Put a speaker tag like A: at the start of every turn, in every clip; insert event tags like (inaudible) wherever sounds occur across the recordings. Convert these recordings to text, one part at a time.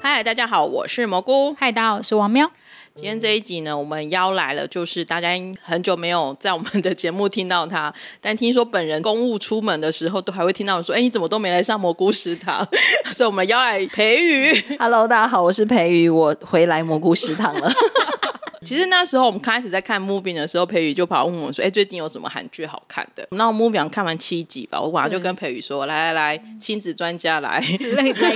A: 嗨，大家好，我是蘑菇。
B: 嗨，大家好，我是王
C: (laughs)
B: 喵。
A: 今天这一集呢，我们邀来了，就是大家应很久没有在我们的节目听到他， (laughs) 但听说本人公务出门的时候，都还会听到说：“哎，你怎么都没来上蘑菇食堂？” (laughs) 所以我们邀来培宇。
C: Hello，大家好，我是培瑜，我回来蘑菇食堂了。
A: (laughs) 其实那时候我们开始在看 movie 的时候，培宇就跑来问我们说：“哎、最近有什么韩剧好看的？”那我们 movie 好像看完七集吧，我晚上就跟培宇说：“来来来，亲子专家来 (laughs)
B: 累 (laughs) 累，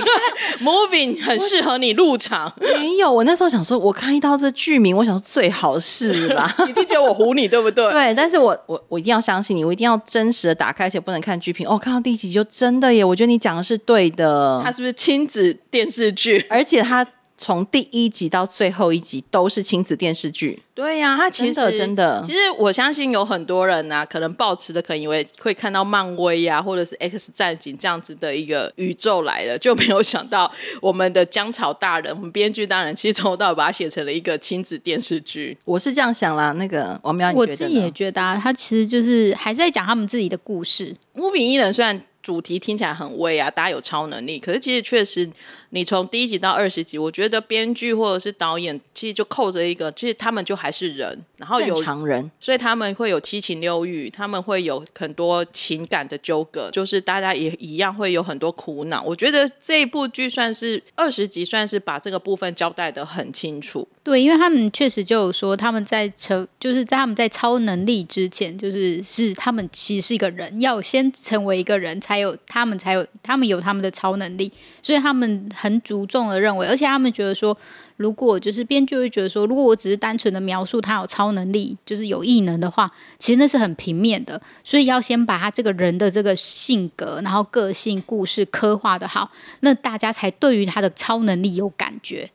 A: ，movie 很适合你入场。
C: (laughs) 没有，我那时候想说，我看到这剧名，我想说最好是啦。
A: 你 (laughs) 一定觉得我唬你对不 (laughs) 对？
C: (laughs) 对，但是我我我一定要相信你，我一定要真实的打开，而且不能看剧评。哦，看到第一集就真的耶，我觉得你讲的是对的
A: 它，是不是亲子电视剧？
C: 而且它从第一集到最后一集都是亲子电视剧。
A: 对呀、他其实
C: 真的真的
A: 其实我相信有很多人呐、可能抱持的可能以为会看到漫威呀、或者是 X 战警这样子的一个宇宙来的，就没有想到我们的江草大人，我们编剧大人，其实从头到尾把它写成了一个亲子电视剧。
C: 我是这样想啦，那个王苗，你
B: 我
C: 觉
B: 自
C: 得
B: 己也
C: 呢？
B: 觉得啊，他其实就是还是在讲他们自己的故事。
A: 《Movie 艺人》虽然主题听起来很威啊，大家有超能力，可是其实确实，你从第一集到二十集，我觉得编剧或者是导演其实就扣着一个，其实他们就还是人，然后有
C: 正常人
A: 所以他们会有七情六欲，他们会有很多情感的纠葛，就是大家也一样会有很多苦恼。我觉得这部剧算是二十集，算是把这个部分交代的很清楚。
B: 对，因为他们确实就有说，他们在成就是在他们在超能力之前，就是是他们其实是一个人，要先成为一个人，才有他们才有他们有他们的超能力，所以他们很着重的认为，而且他们觉得说，如果就是编剧会觉得说，如果我只是单纯的描述他有超能力，就是有异能的话，其实那是很平面的，所以要先把他这个人的这个性格，然后个性、故事刻画的好，那大家才对于他的超能力有感觉。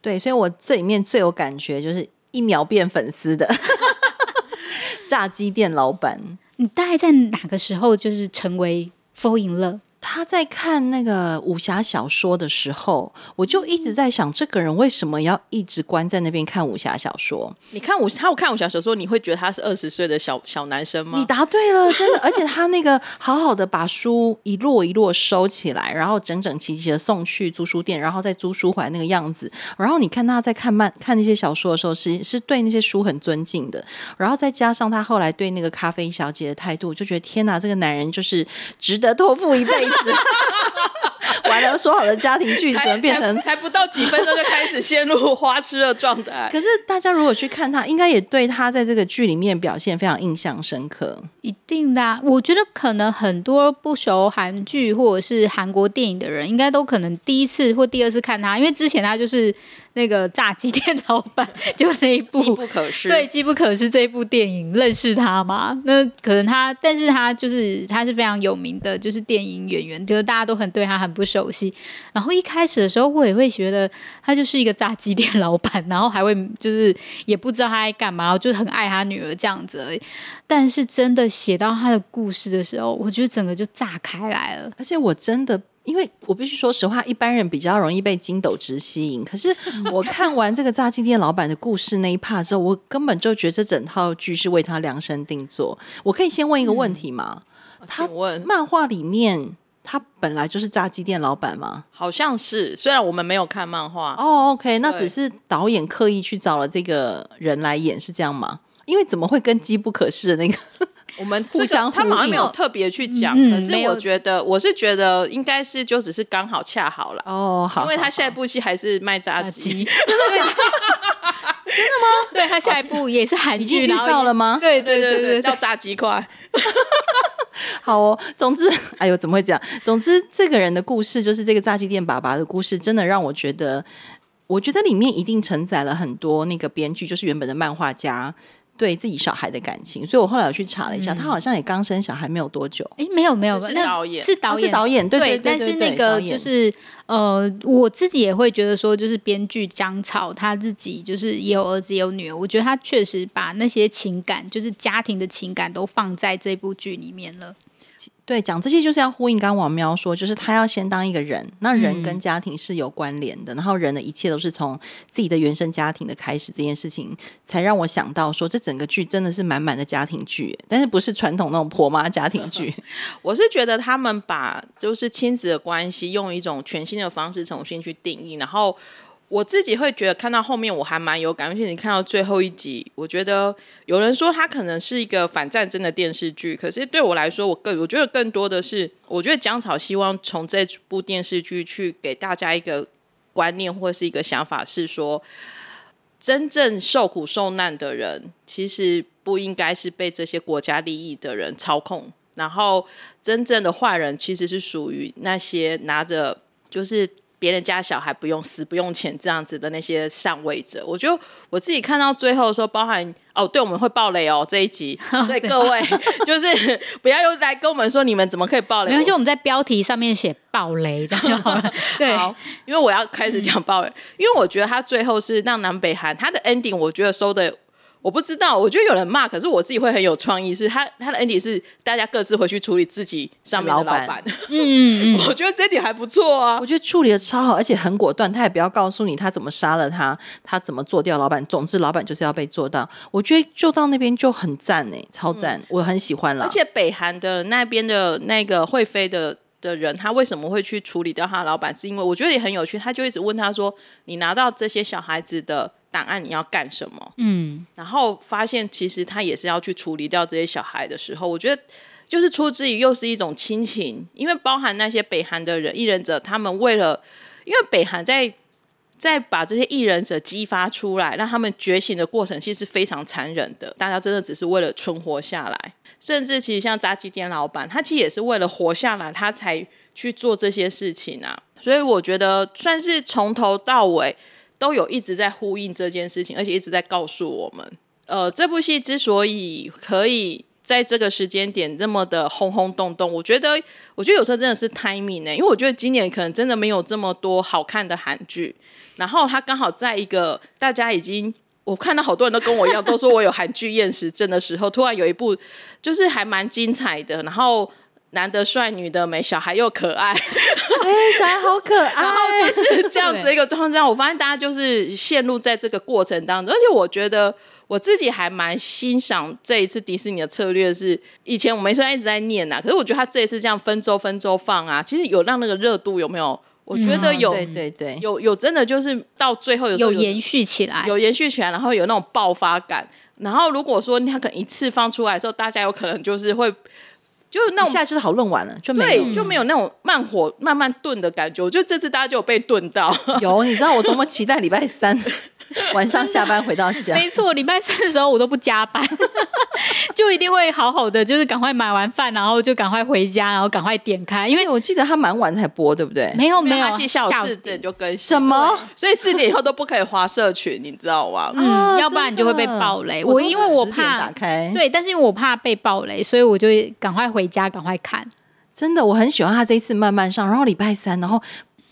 C: 对，所以我这里面最有感觉就是一秒变粉丝的 (laughs) 炸鸡店老板。
B: 你大概在哪个时候就是成为 fall in love？
C: 他在看那个武侠小说的时候，我就一直在想，这个人为什么要一直关在那边看武侠小说？
A: 你看我，他有看我小小说，你会觉得他是二十岁的小小男生吗？
C: 你答对了，真的，而且他那个好好的把书一摞一摞收起来，然后整整齐齐的送去租书店，然后再租书回来那个样子。然后你看他在看漫看那些小说的时候，是是对那些书很尊敬的。然后再加上他后来对那个咖啡小姐的态度，就觉得天哪，这个男人就是值得托付一辈子。 (laughs) 完了，说好的家庭剧
A: 才
C: 怎么变成
A: 才才不到几分钟就开始陷入花痴的状态？
C: (laughs) 可是大家如果去看他，应该也对他在这个剧里面表现非常印象深刻。
B: 一定的、啊，我觉得可能很多不熟韩剧或者是韩国电影的人，应该都可能第一次或第二次看他，因为之前他就是那个炸鸡店老板， (laughs) 就那一
A: 机
B: 部
A: 不可失。
B: 对《机不可失》这部电影认识他嘛？那可能他，但是他就是他是非常有名的，就是电影演员，就是大家都很对他很不熟悉。然后一开始的时候，我也会觉得他就是一个炸鸡店老板，然后还会就是也不知道他在干嘛，然后就是很爱他女儿这样子而已。但是真的写到他的故事的时候，我觉得整个就炸开来了。
C: 而且我真的，因为我必须说实话，一般人比较容易被金斗直吸引。可是我看完这个炸鸡店老板的故事那一 part 之后，我根本就觉得这整套剧是为他量身定做。我可以先问一个问题吗？他
A: 请问
C: 漫画里面他本来就是炸鸡店老板吗？
A: 好像是，虽然我们没有看漫画，
C: 哦、o k 那
A: 对
C: 只是导演刻意去找了这个人来演，是这样吗？因为怎么会跟机不可失的那个？
A: 我们这
C: 互
A: 个
C: 相
A: 他们好像
C: 呼应
A: 没有特别去讲，
B: 嗯
A: 可是
B: 没有
A: 我觉得我是觉得应该是就只是刚好恰好了，
C: 哦，好，
A: 因为他
B: (laughs)
C: 好
A: 下一部戏还是卖炸
B: 炸
A: 鸡，
B: 鸡，对他下一步也是韩
C: 已经
B: 剧，
C: 预
B: 然后
C: 告了吗？
B: 对
A: (laughs)
B: 对
A: 对
B: 对
A: 对
B: 对
A: 对，
B: 对
A: 叫炸鸡块，
C: 好哦，总之， (laughs) 哎呦，怎么会这样？总之，这个人的故事，就是这个炸鸡店爸爸的故事，真的让我觉得，我觉得里面一定承载了很多那个编剧，就是原本的漫画家对自己小孩的感情。所以我后来有去查了一下，他好像也刚生小孩没有多久。
B: 哎，没有没有，
A: 是是
B: 那
A: 导演
B: 是导
C: 哦是
B: 演，
C: 导演，对对对
B: 但
C: 对
B: 是
C: 对
B: 那个
C: 导演
B: 就是呃，我自己也会觉得说，就是编剧张草他自己就是也有儿子也有女儿，我觉得他确实把那些情感，就是家庭的情感都放在这部剧里面了。
C: 对讲这些就是要呼应刚刚王喵说，就是他要先当一个人，那人跟家庭是有关联的，然后人的一切都是从自己的原生家庭的开始，这件事情才让我想到说，这整个剧真的是满满的家庭剧，但是不是传统那种婆妈家庭剧，
A: 我是觉得他们把就是亲子的关系用一种全新的方式重新去定义，然后我自己会觉得看到后面我还蛮有感，而且你看到最后一集，我觉得有人说它可能是一个反战争的电视剧，可是对我来说，我更我觉得更多的是，我觉得江草希望从这部电视剧去给大家一个观念或是一个想法，是说真正受苦受难的人，其实不应该是被这些国家利益的人操控。然后，真正的坏人其实是属于那些拿着就是别人家小孩不用死不用钱这样子的那些上位者。我觉得我自己看到最后的时候，包含哦，对，我们会爆雷哦这一集，所以各
B: (laughs)
A: 位就是不要又来跟我们说你们怎么可以爆雷，
B: 没关系，我们在标题上面写暴雷，这样就好
A: (laughs)
B: 了。对，
A: 好，因为我要开
B: 嗯
A: 始讲爆雷，因为我觉得他最后是让南北韩他的 ending，我觉得收的。我不知道，我觉得有人骂，可是我自己会很有创意。是他他的 ending 是大家各自回去处理自己上面的老
C: 老板
A: 板，
B: 嗯嗯嗯，
A: (laughs) 我觉得这点还不错啊
C: 我。觉得处理的超好，而且很果断，他也不要告诉你他怎么杀了他，他怎么做掉老板，总之老板就是要被做到，我觉得就到那边就很赞哎、超赞，我很喜欢了，
A: 而且北韩的那边的那个会飞的的人，他为什么会去处理掉他的老板？是因为我觉得也很有趣，他就一直问他说：“你拿到这些小孩子的档案，你要干什么？”
B: 嗯，
A: 然后发现其实他也是要去处理掉这些小孩的时候，我觉得就是出自于又是一种亲情，因为包含那些北韩的人艺人者，他们为了因为北韩在在把这些艺人者激发出来，让他们觉醒的过程其实是非常残忍的，大家真的只是为了存活下来，甚至其实像炸鸡店老板，他其实也是为了活下来，他才去做这些事情啊。所以我觉得算是从头到尾都有一直在呼应这件事情，而且一直在告诉我们，呃，这部戏之所以可以在这个时间点这么的轰轰动动，我觉得，我觉得有时候真的是 timing 欸呢、因为我觉得今年可能真的没有这么多好看的韩剧，然后它刚好在一个大家已经。我看到好多人都跟我一样，都说我有韩剧厌食症的时候，突然有一部就是还蛮精彩的，然后男的帅，女的美，小孩又可爱，
C: 哎、小孩好可爱，
A: 然后就是这样子一个状况之下，我发现大家就是陷入在这个过程当中，而且我觉得我自己还蛮欣赏这一次迪士尼的策略是，以前我们虽然一直在念啊呐、可是我觉得他这一次这样分周分周放啊，其实有让那个热度有没有？我觉得有、
C: 嗯对对对，
A: 有有真的就是到最后有时候
B: 有
A: 有
B: 延续起来，
A: 有延续起来，然后有那种爆发感。然后如果说他可能一次放出来的时候，大家有可能就是会就是那
C: 一
A: 种
C: 下就是讨论完了就没有
A: 对，就没有那种慢火慢慢炖的感觉。我觉得这次大家就有被炖到。
C: 有，你知道我多么期待礼拜 (laughs) 三晚上下班回到家。
B: 没错，礼拜三的时候我都不加班， (laughs) 就一定会好好的，就是赶快买完饭，然后就赶快回家，然后赶快点开，因为
C: 因为我记得他蛮晚才播，对不对？
B: 没有哦没
A: 没
B: 有
A: 有，他是下午
B: 下午
A: 四点就更新，
C: 什么，
A: 所以四点以后都不可以划社群，你知道吗？
B: 嗯，
C: 啊
B: 要不然你就会被
C: 真的
B: 暴雷。
C: 我
B: 我
C: 都
B: 因
C: 是
B: 为我
C: 10点
B: 怕
C: 打开
B: 对，但是因为我怕被暴雷，所以我就赶快回家，赶快看。
C: 真的，我很喜欢他这一次慢慢上，然后礼拜三，然后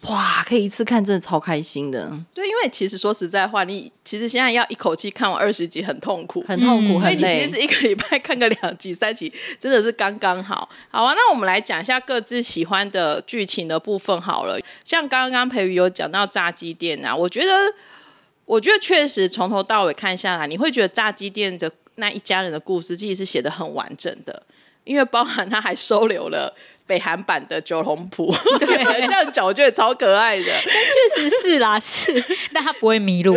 C: 哇，可以一次看，真的超开心的，
A: 对，因为其实说实在话，你其实现在要一口气看完二十集很痛苦，
C: 很痛苦，
A: 嗯所以你
C: 很
A: 其
C: 累
A: 实。是一个礼拜看个两集、三集，真的是刚刚好。好啊，那我们来讲一下各自喜欢的剧情的部分好了。像刚刚培宇有讲到炸鸡店啊，我觉得，我觉得确实从头到尾看下来，你会觉得炸鸡店的那一家人的故事其实是写的很完整的，因为包含他还收留了。北韩版的九龙埔，
C: (laughs)
A: 这样讲我觉得超可爱的。
B: 确实是啦， (laughs) 是，但他不会迷
C: (laughs)
B: 路。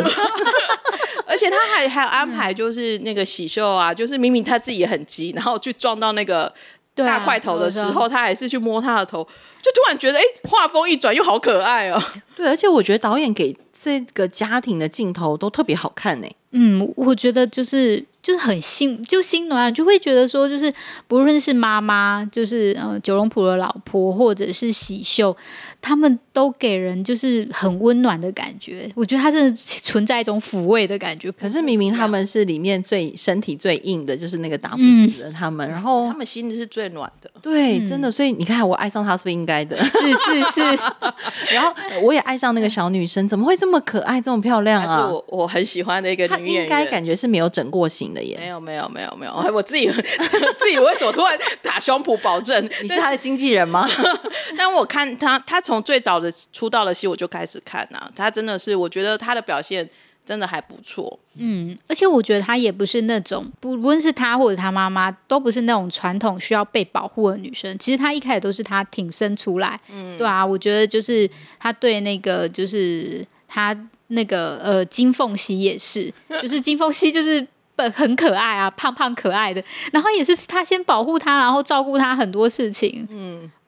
A: 而且他还还有安排，就是那个喜秀啊，就是明明他自己也很急，然后去撞到那个
B: 对啊
A: 大块头的时
B: 有的时候
A: 候，他还是去摸他的头，就突然觉得，哎，画风一转又好可爱
C: (laughs)
A: 哦。
C: 对，而且我觉得导演给这个家庭的镜头都特别好看呢、
B: 嗯，我觉得就是就是很心就心暖，就会觉得说，就是不论是妈妈，就是呃九龙浦的老婆，或者是喜秀，他们都给人就是很温暖的感觉。我觉得它真的存在一种抚慰的感觉。
C: 可是明明他们是里面最身体最硬的，就是那个打不死的他们，然后
A: 嗯他们嗯心里是最暖的，
C: 对，真的，所以你看我爱上他是不是应该的？ (laughs)
B: 是是是，
C: 然后我也爱上那个小女生，怎么会这么可爱，这么漂亮
A: 还是
C: 啊？
A: 我我很喜欢的一个
C: 她
A: 女演
C: 应
A: 员。
C: 该感觉是没有整过型的
A: 没
C: 耶。
A: 有没有没有没有， (laughs) 哎我自己自己为什么突然打胸脯保证？
C: 你是
A: 但
C: 她的经纪人吗？
A: 但我看他，他从最早的出道的戏我就开始看啊，他真的是，我觉得他的表现真的还不错。
B: 嗯，而且我觉得她也不是那种，不不论是她或者她妈妈，都不是那种传统需要被保护的女生。其实她一开始都是她挺身出来，嗯，对啊，我觉得就是她对那个就是她那个呃金凤熙也是，就是金凤熙就是。呃很可爱啊，胖胖可爱的，然后也是她先保护她，然后照顾她很多事情。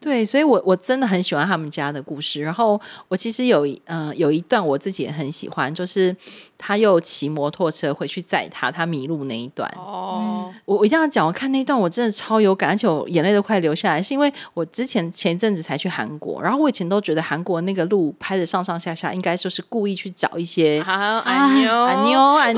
C: 对，所以我我真的很喜欢他们家的故事。然后我其实有一呃有一段我自己也很喜欢，就是他又骑摩托车回去载她，她迷路那一段。
A: 哦，
C: 我我一定要讲，我看那一段我真的超有感，而且我眼泪都快流下来，是因为我之前前一阵子才去韩国，然后我以前都觉得韩国那个路拍的上上下下，应该就是故意去找一些。
A: 好，安妞，
C: 哎啊妞啊妞，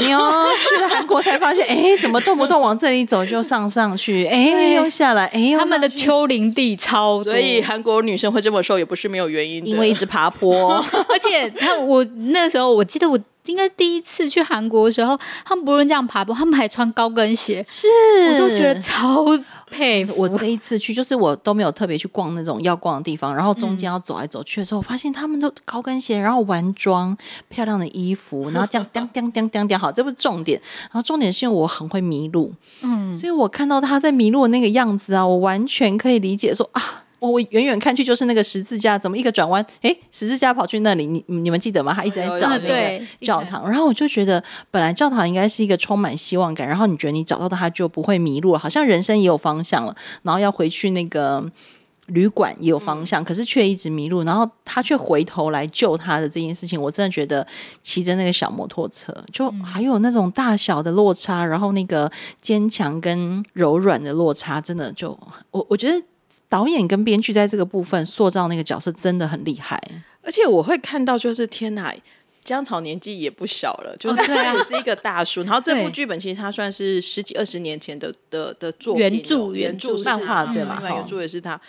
C: 去了韩国才发现，哎，怎么动不动往这里走就上上去，哎，
B: 对
C: 又下来，哎，又
B: 他们的
C: 上去
B: 丘陵地超多，
A: 所以韩国女生会这么瘦也不是没有原因的，
C: 因为一直爬 (laughs) 坡，
B: (laughs) 而且他我那时候我记得我应该第一次去韩国的时候，他们不论这样爬坡，他们还穿高跟鞋，
C: 是，
B: 我都觉得超佩服。
C: 我这一次去，就是我都没有特别去逛那种要逛的地方，然后中间要走来走去的时候，我发现他们都高跟鞋，然后玩妆、漂亮的衣服，然后这样 (laughs) 当当当当当，好，这不是重点。然后重点是因为我很会迷路，嗯，所以我看到他在迷路的那个样子啊，我完全可以理解说啊。我我远远看去就是那个十字架，怎么一个转弯，诶，十字架跑去那里，你你们记得吗？他一直在
A: 有有
C: 找
A: 有
C: 那
B: 对
C: 个教堂，然后我就觉得，本来教堂应该是一个充满希望感，然后你觉得你找到它就不会迷路了，好像人生也有方向了，然后要回去那个旅馆也有方
B: 嗯
C: 向，可是却一直迷路，然后他却回头来救他的这件事情，我真的觉得骑着那个小摩托车，就
B: 嗯
C: 还有那种大小的落差，然后那个坚强跟柔软的落差，真的就我我觉得。导演跟编剧在这个部分塑造那个角色真的很厉害，
A: 而且我会看到，就是天哪，姜潮年纪也不小了，就是
B: 对啊
A: 他也是一个大叔。然后这部
B: 对
A: 剧本其实他算是十几二十年前的的的作品哦，
B: 原著
A: 原
B: 原著
A: 是
B: 漫
C: 画
A: 他
C: 对
A: 嘛
C: 吧
A: 原著也是他。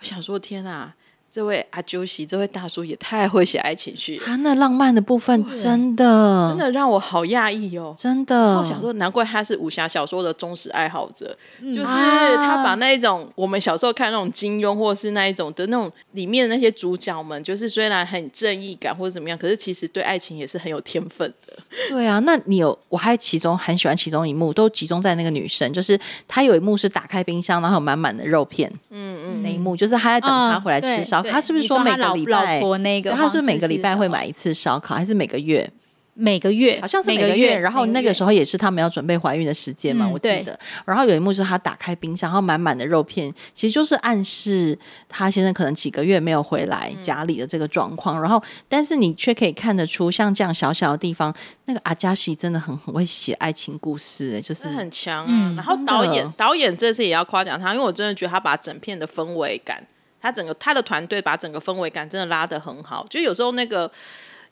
A: 我想说，天哪，这位阿啾喜，这位大叔也太会写爱情剧了，
C: 他那浪漫的部分真的
A: 真的让我好讶异哦。
C: 真的，
A: 我想说，难怪他是武侠小说的忠实爱好者，就是
C: 啊
A: 他把那一种我们小时候看那种金庸或者是那一种的那种里面的那些主角们，就是虽然很正义感或者怎么样，可是其实对爱情也是很有天分的。
C: 对啊，那你有我还其中很喜欢其中一幕，都集中在那个女生，就是她有一幕是打开冰箱，然后有满满的肉片，嗯嗯，那一幕就是她在等她回来吃烧烤，
B: 嗯对
C: 她是不是每个礼
B: 你说她
C: 拜
B: 老老婆那个
C: 对她是不是每个礼拜
B: 忘记是什么
C: 会买一次烧烤，还是每个月？
B: 每个月
C: 好像是
B: 每
C: 每个
B: 月，
C: 然后那个时
B: 候
C: 候也是他们要准备怀孕的时间嘛，
B: 嗯
C: 我记
B: 对
C: 得。然后有一幕是她打开冰箱，然后满满的肉片，其实就是暗示她先生可能几个月没有回来
B: 嗯
C: 家里的这个状况。然后，但是你却可以看得出，像这样小小的地方，那个阿加西真的很很会写爱情故事、欸，就是
A: 是很强啊。然后
C: 真的
A: 导演导演这次也要夸奖他，因为我真的觉得他把整片的氛围感，他整个他的团队把整个氛围感真的拉得很好。就有时候那个。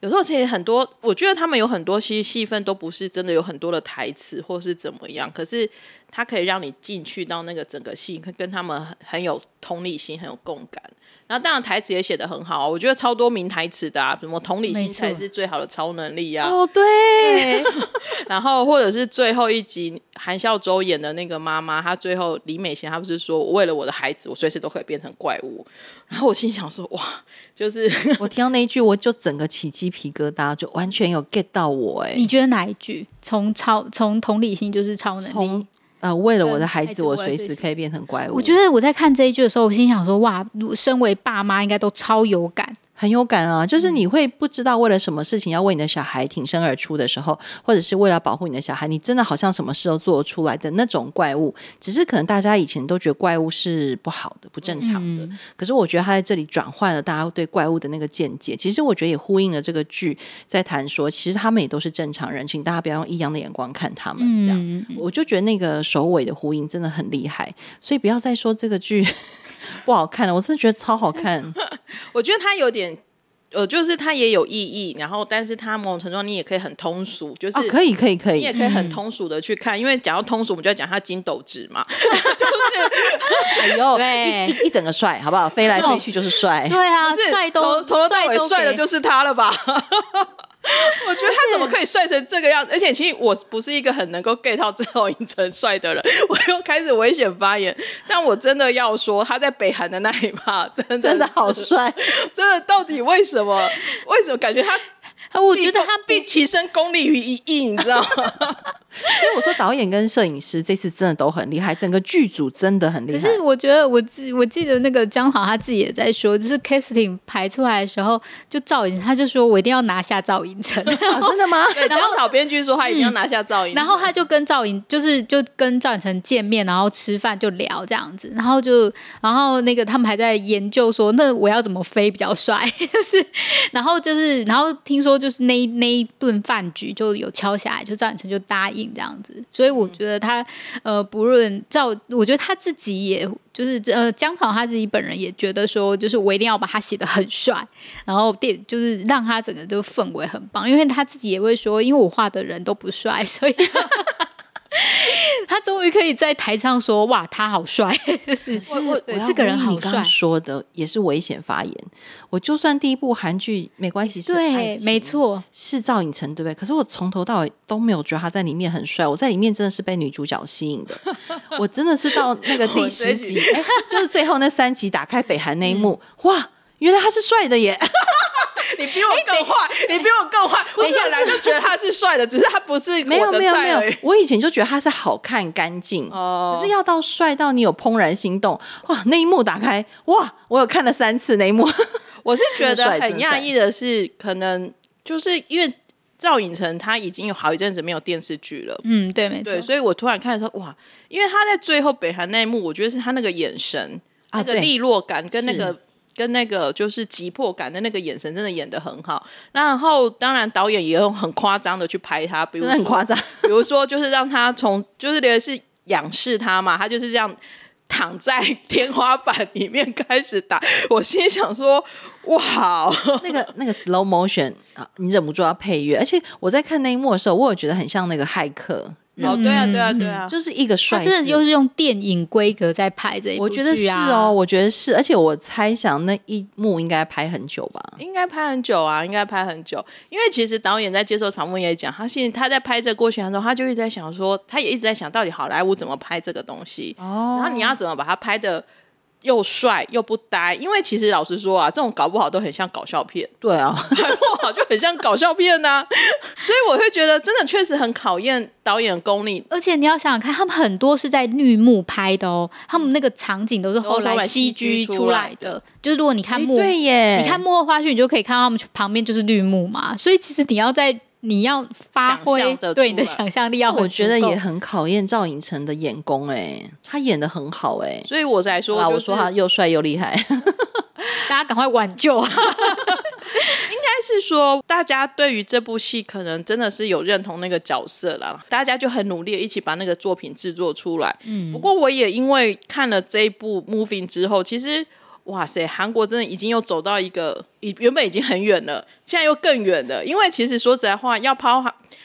A: 有时候其实很多，我觉得他们有很多戏戏份都不是真的有很多的台词或是怎么样，可是他可以让你进去到那个整个戏，跟跟他们很很有同理心，很有共感。然后当然台词也写得很好啊，我觉得超多名台词的啊，什么同理
B: 没
A: 心
B: 错
A: 才是最好的超能力呀、啊，
C: 哦， (laughs) 对，
B: (laughs)
A: 然后或者是最后一集韩孝周演的那个妈妈，她最后李美贤她不是说我为了我的孩子，我随时都可以变成怪物。然后我心想说哇，就是 (laughs)
C: 我听到那一句，我就整个起鸡皮疙瘩，就完全有 get 到我、欸，哎
B: 你，觉得哪一句从超从同理心就是超能力？
C: 从呃，为了我的
B: 跟
C: 孩
B: 孩
C: 子，
B: 子
C: 我
B: 过来
C: 随
B: 学
C: 时
B: 习
C: 可以变成怪物，
B: 我觉得我在看这一句的时候，我心想说：哇，如身为爸妈应该都超有感，
C: 很有感啊，就是你会不知道为了什么事情要为你的小孩挺身而出的时候，或者是为了保护你的小孩，你真的好像什么事都做得出来的那种怪物。只是可能大家以前都觉得怪物是不好的、不正常的，
B: 嗯
C: 可是我觉得他在这里转换了大家对怪物的那个见解。其实我觉得也呼应了这个剧在谈说，其实他们也都是正常人，请大家不要用异样的眼光看他们。这样，
B: 嗯，
C: 我就觉得那个首尾的呼应真的很厉害，所以不要再说这个剧 (laughs) 不好看了，我真的觉得超好看。
A: 我觉得它有点，呃，就是它也有意义，然后但是它某种程度上你也可以很通俗，就是、
C: 哦，可以，嗯可以，可
A: 你也
C: 以。
A: 可以很通俗的去看，因为讲到通俗，我们就要讲他金斗值嘛，就是
C: 哎呦，
B: 对
C: 一一一整个帅，好不好？飞来飞去就是帅。
B: 对啊，
A: 是
B: 帅
A: 从
B: 都
A: 从头到尾帅的就是是他了吧？ (laughs) 我觉得他怎么可以帅成这个样子？而且其实我不是一个很能够 get 到 (laughs) 之后影城帅的人，我又开始危险发言。但我真的要说，他在北韩的那一趴真的
C: (laughs) 真的
A: 是
C: 好，帅，
A: 真的到底为什么？为什么感觉他
B: 呃我觉得他
A: 必其身功利于一役，你知道吗？
C: 所以我说导演跟摄影师这次真的都很厉害，整个剧组真的很厉
B: 可
C: 害。
B: 是我觉得我记我记得那个姜好他自己也在说，就是 casting 排出来的时候，就赵寅他就说我一定要拿下赵寅成， (laughs)
C: 啊，真的吗？
A: 对，江草编剧说他一定要拿下噪音，
B: 然后他就跟赵寅就是就跟赵寅成见面，然后吃饭就聊这样子，然后就然后那个他们还在研究说那我要怎么飞比较帅， (laughs) 就是然后就是然后听说就是那一那一顿饭局就有敲下来，就赵寅成就答应这样子，所以我觉得他呃不论赵，我觉得他自己也就是呃姜草他自己本人也觉得说，就是我一定要把他写的很帅，然后电就是让他整个就氛围很棒，因为他自己也会说，因为我画的人都不帅，所 (laughs) 以。他终于可以在台上说：“哇，他好帅！”就是
C: 我我
B: 对
C: 我要
B: 这个人
C: 呼应
B: 好
C: 你刚刚
B: 帅，
C: 说的也是危险发言。我就算第一部韩剧没关系，是爱
B: 对，
C: 情
B: 没，错，
C: 是赵寅成对不对？可是我从头到尾都没有觉得他在里面很帅，我在里面真的是被女主角吸引的。
B: (laughs)
C: 我真的是到那个第十集，哎，就是最后那三集打开北韩那一幕，
B: 嗯
C: 哇！原来他是帅的耶！
A: 你比我更坏，你比我更坏。我本来就觉得他是帅的，只是他不是
C: 没有
A: 我的
C: 没有没
A: 菜
C: 有
A: 而已。，
C: 我以前就觉得他是好看干净，
A: 哦
C: 可是要到帅到你有怦然心动，哇！那一幕打开，哇！我有看了三次那一幕， (laughs)
A: 我是觉得
C: 真
A: 很
C: 的帅
A: 讶异的是，可能就是因为赵寅成他已经有好一阵子没有电视剧了。
B: 嗯，对，没错
A: 对，，所以我突然看的时候，哇！因为他在最后北韩那一幕，我觉得是他那个眼神、
C: 啊
A: 那个
C: 对
A: 利落感跟那个
C: 是
A: 跟那个就是急迫感的那个眼神，真的演的很好。然后当然导演也用很夸张的去拍他，比如
C: 真的很
A: 说
C: 夸张。
A: 比如说，就是让他从，就是连是仰视他嘛，他就是这样躺在 (laughs) 天花板里面开始打。我心里想说，哇，
C: 那个那个 slow motion 啊，你忍不住要配乐，而且我在看那一幕的时候，我有觉得很像那个骇客，
A: 哦， (laughs) 对啊，对啊，对啊，
C: 就是一个
B: 他
C: 帅字，
B: 真的就是用电影规格在拍这一部
C: 我
B: 剧
C: 觉
B: 啊。
C: 得是哦，我觉得是，而且我猜想那一幕应该拍很久吧。
A: 应该拍很久啊，应该拍很久。因为其实导演在接受访问也讲，他现他在拍这个过程当中，他就一直在想说，他也一直在想到底好莱坞怎么拍这个东西，然后你要怎么把它拍的又帅又不呆。因为其实老实说啊，这种搞不好都很像搞笑片。
C: 对啊，
A: 拍不好就很像搞笑片呐、 (laughs) 所以我会觉得真的确实很考验导演的功力。
B: 而且你要想想看，他们很多是在绿幕拍的哦，他们那个场景都是后
A: 都
B: 来
A: 是后来 CG
B: CG 出来
A: 出来
B: 的。就是如果你看幕，
C: 哎对耶，
B: 你看幕后花絮，你就可以看到他们旁边就是绿幕嘛。所以其实你要在你要发
A: 想
B: 挥
A: 象得出来
B: 对你的想象力要很
C: 我觉得
B: 足够
C: 也很考验赵寅成的眼功哎、他演的很好哎、
A: 所以我才说、
C: 好啦
A: 就是，
C: 我说他又帅又
B: (laughs)
C: 厉害，
B: 大家赶快挽救啊！
A: 但是说大家对于这部戏可能真的是有认同那个角色啦，大家就很努力地一起把那个作品制作出来。嗯，不过我也因为看了这一部《Moving》之后，其实。哇塞，韩国真的已经又走到一个，已原本已经很远了，现在又更远了。因为其实说实在话，要抛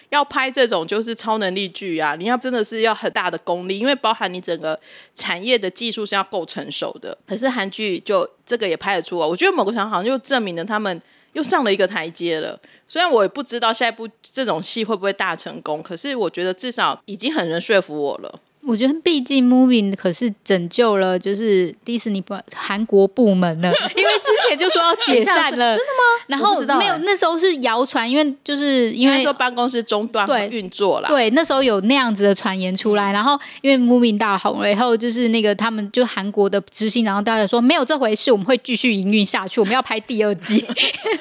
A: 要拍这种就是超能力剧啊，你要真的是要很大的功力，因为包含你整个产业的技术是要够成熟的。可是韩剧就这个也拍得出啊，我觉得某个场好像就证明了他们又上了一个台阶了。虽然我也不知道下一部这种戏会不会大成功，可是我觉得至少已经很能说服我了。
B: (laughs) 我觉得毕 (laughs) 竟 Moving 可是拯救了就是迪士尼部韩国部门呢，因为之前就说要解散 (laughs) 了，真的吗？然
C: 我不
B: 后
C: 知道
B: 没有，
C: 哎
B: 那时候是谣传，因为就是因
A: 应该
B: 为
A: 说办公室中断
B: 对
A: 运作啦。
B: 对，那时候有那样子的传言出来，然后因为 Moving 大红了以后，就是那个他们就韩国的执行长大家说没有这回事，我们会继续营运下去，我们要拍第二季。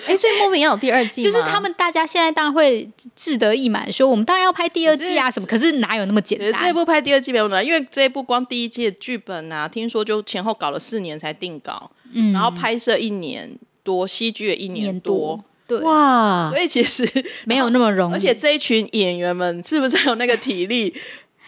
C: 哎，所以莫名要有第二季吗，
B: 就是他们大家现在当然会志得意满，说我们当然要拍第二季啊什么，可是哪有那么简
A: 可是这一
B: 单？
A: 部拍第二季没有难，因为这一部光第一季的剧本啊，听说就前后搞了四年才定稿，
B: 嗯
A: 然后拍摄一年多，戏剧也一年
B: 多，对，
C: 哇
A: 所，以其
B: (laughs)
A: 实
B: 没有那么容易。
A: 而且这一群演员们是不是有那个体力？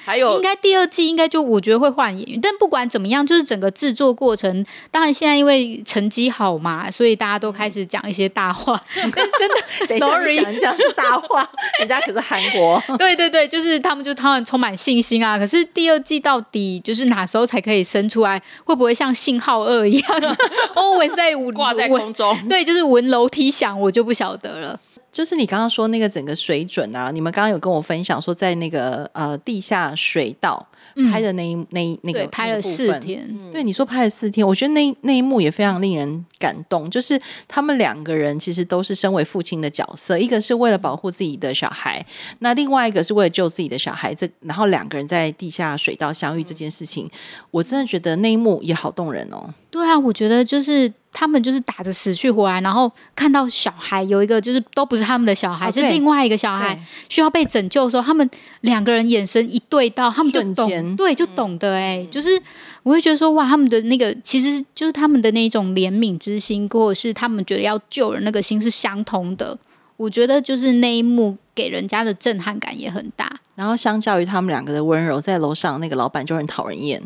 A: 还有
B: 应该第二季应该就我觉得会换演员，但不管怎么样，就是整个制作过程，当然现在因为成绩好嘛，所以大家都开始讲一些
A: (laughs)
B: 大话。
C: 等一下你
B: Sorry
C: 讲你讲是大话，人家可是韩国，
B: (laughs) 对对对，就是他们就他们充满信心啊。可是第二季到底就是哪时候才可以生出来？会不会像信号二一样 (laughs) ，always 在闻
A: 挂在空？中，
B: 闻对，就是闻楼梯响，我就不晓得了。
C: 就是你刚刚说那个整个水准啊，你们刚刚有跟我分享说，在那个呃地下水道拍的那一、那一那
B: 嗯对，
C: 个
B: 拍了
C: 那个部
B: 四
C: 分嗯
B: 天，
C: 对，你说拍了四天，我觉得那一那一幕也非常令人感动。就是他们两个人其实都是身为父亲的角色，一个是为了保护自己的小孩，那另外一个是为了救自己的小孩。这然后两个人在地下水道相遇这件事情，我真的觉得那一幕也好动人哦。
B: 对啊，我觉得就是他们就是打着死去活来，然后看到小孩有一个就是都不是他们的小孩，
C: 哦
B: 是
C: 对
B: 另外一个小孩
C: 对
B: 需要被拯救的时候，他们两个人眼神一对到，他们就
C: 瞬间嗯
B: 懂，对，就懂得哎、就是我会觉得说哇，他们的那个其实就是他们的那种怜悯之心，或者是他们觉得要救人那个心是相同的。我觉得就是那一幕给人家的震撼感也很大，
C: 然后相较于他们两个的温柔，在楼上那个老板就很讨人厌。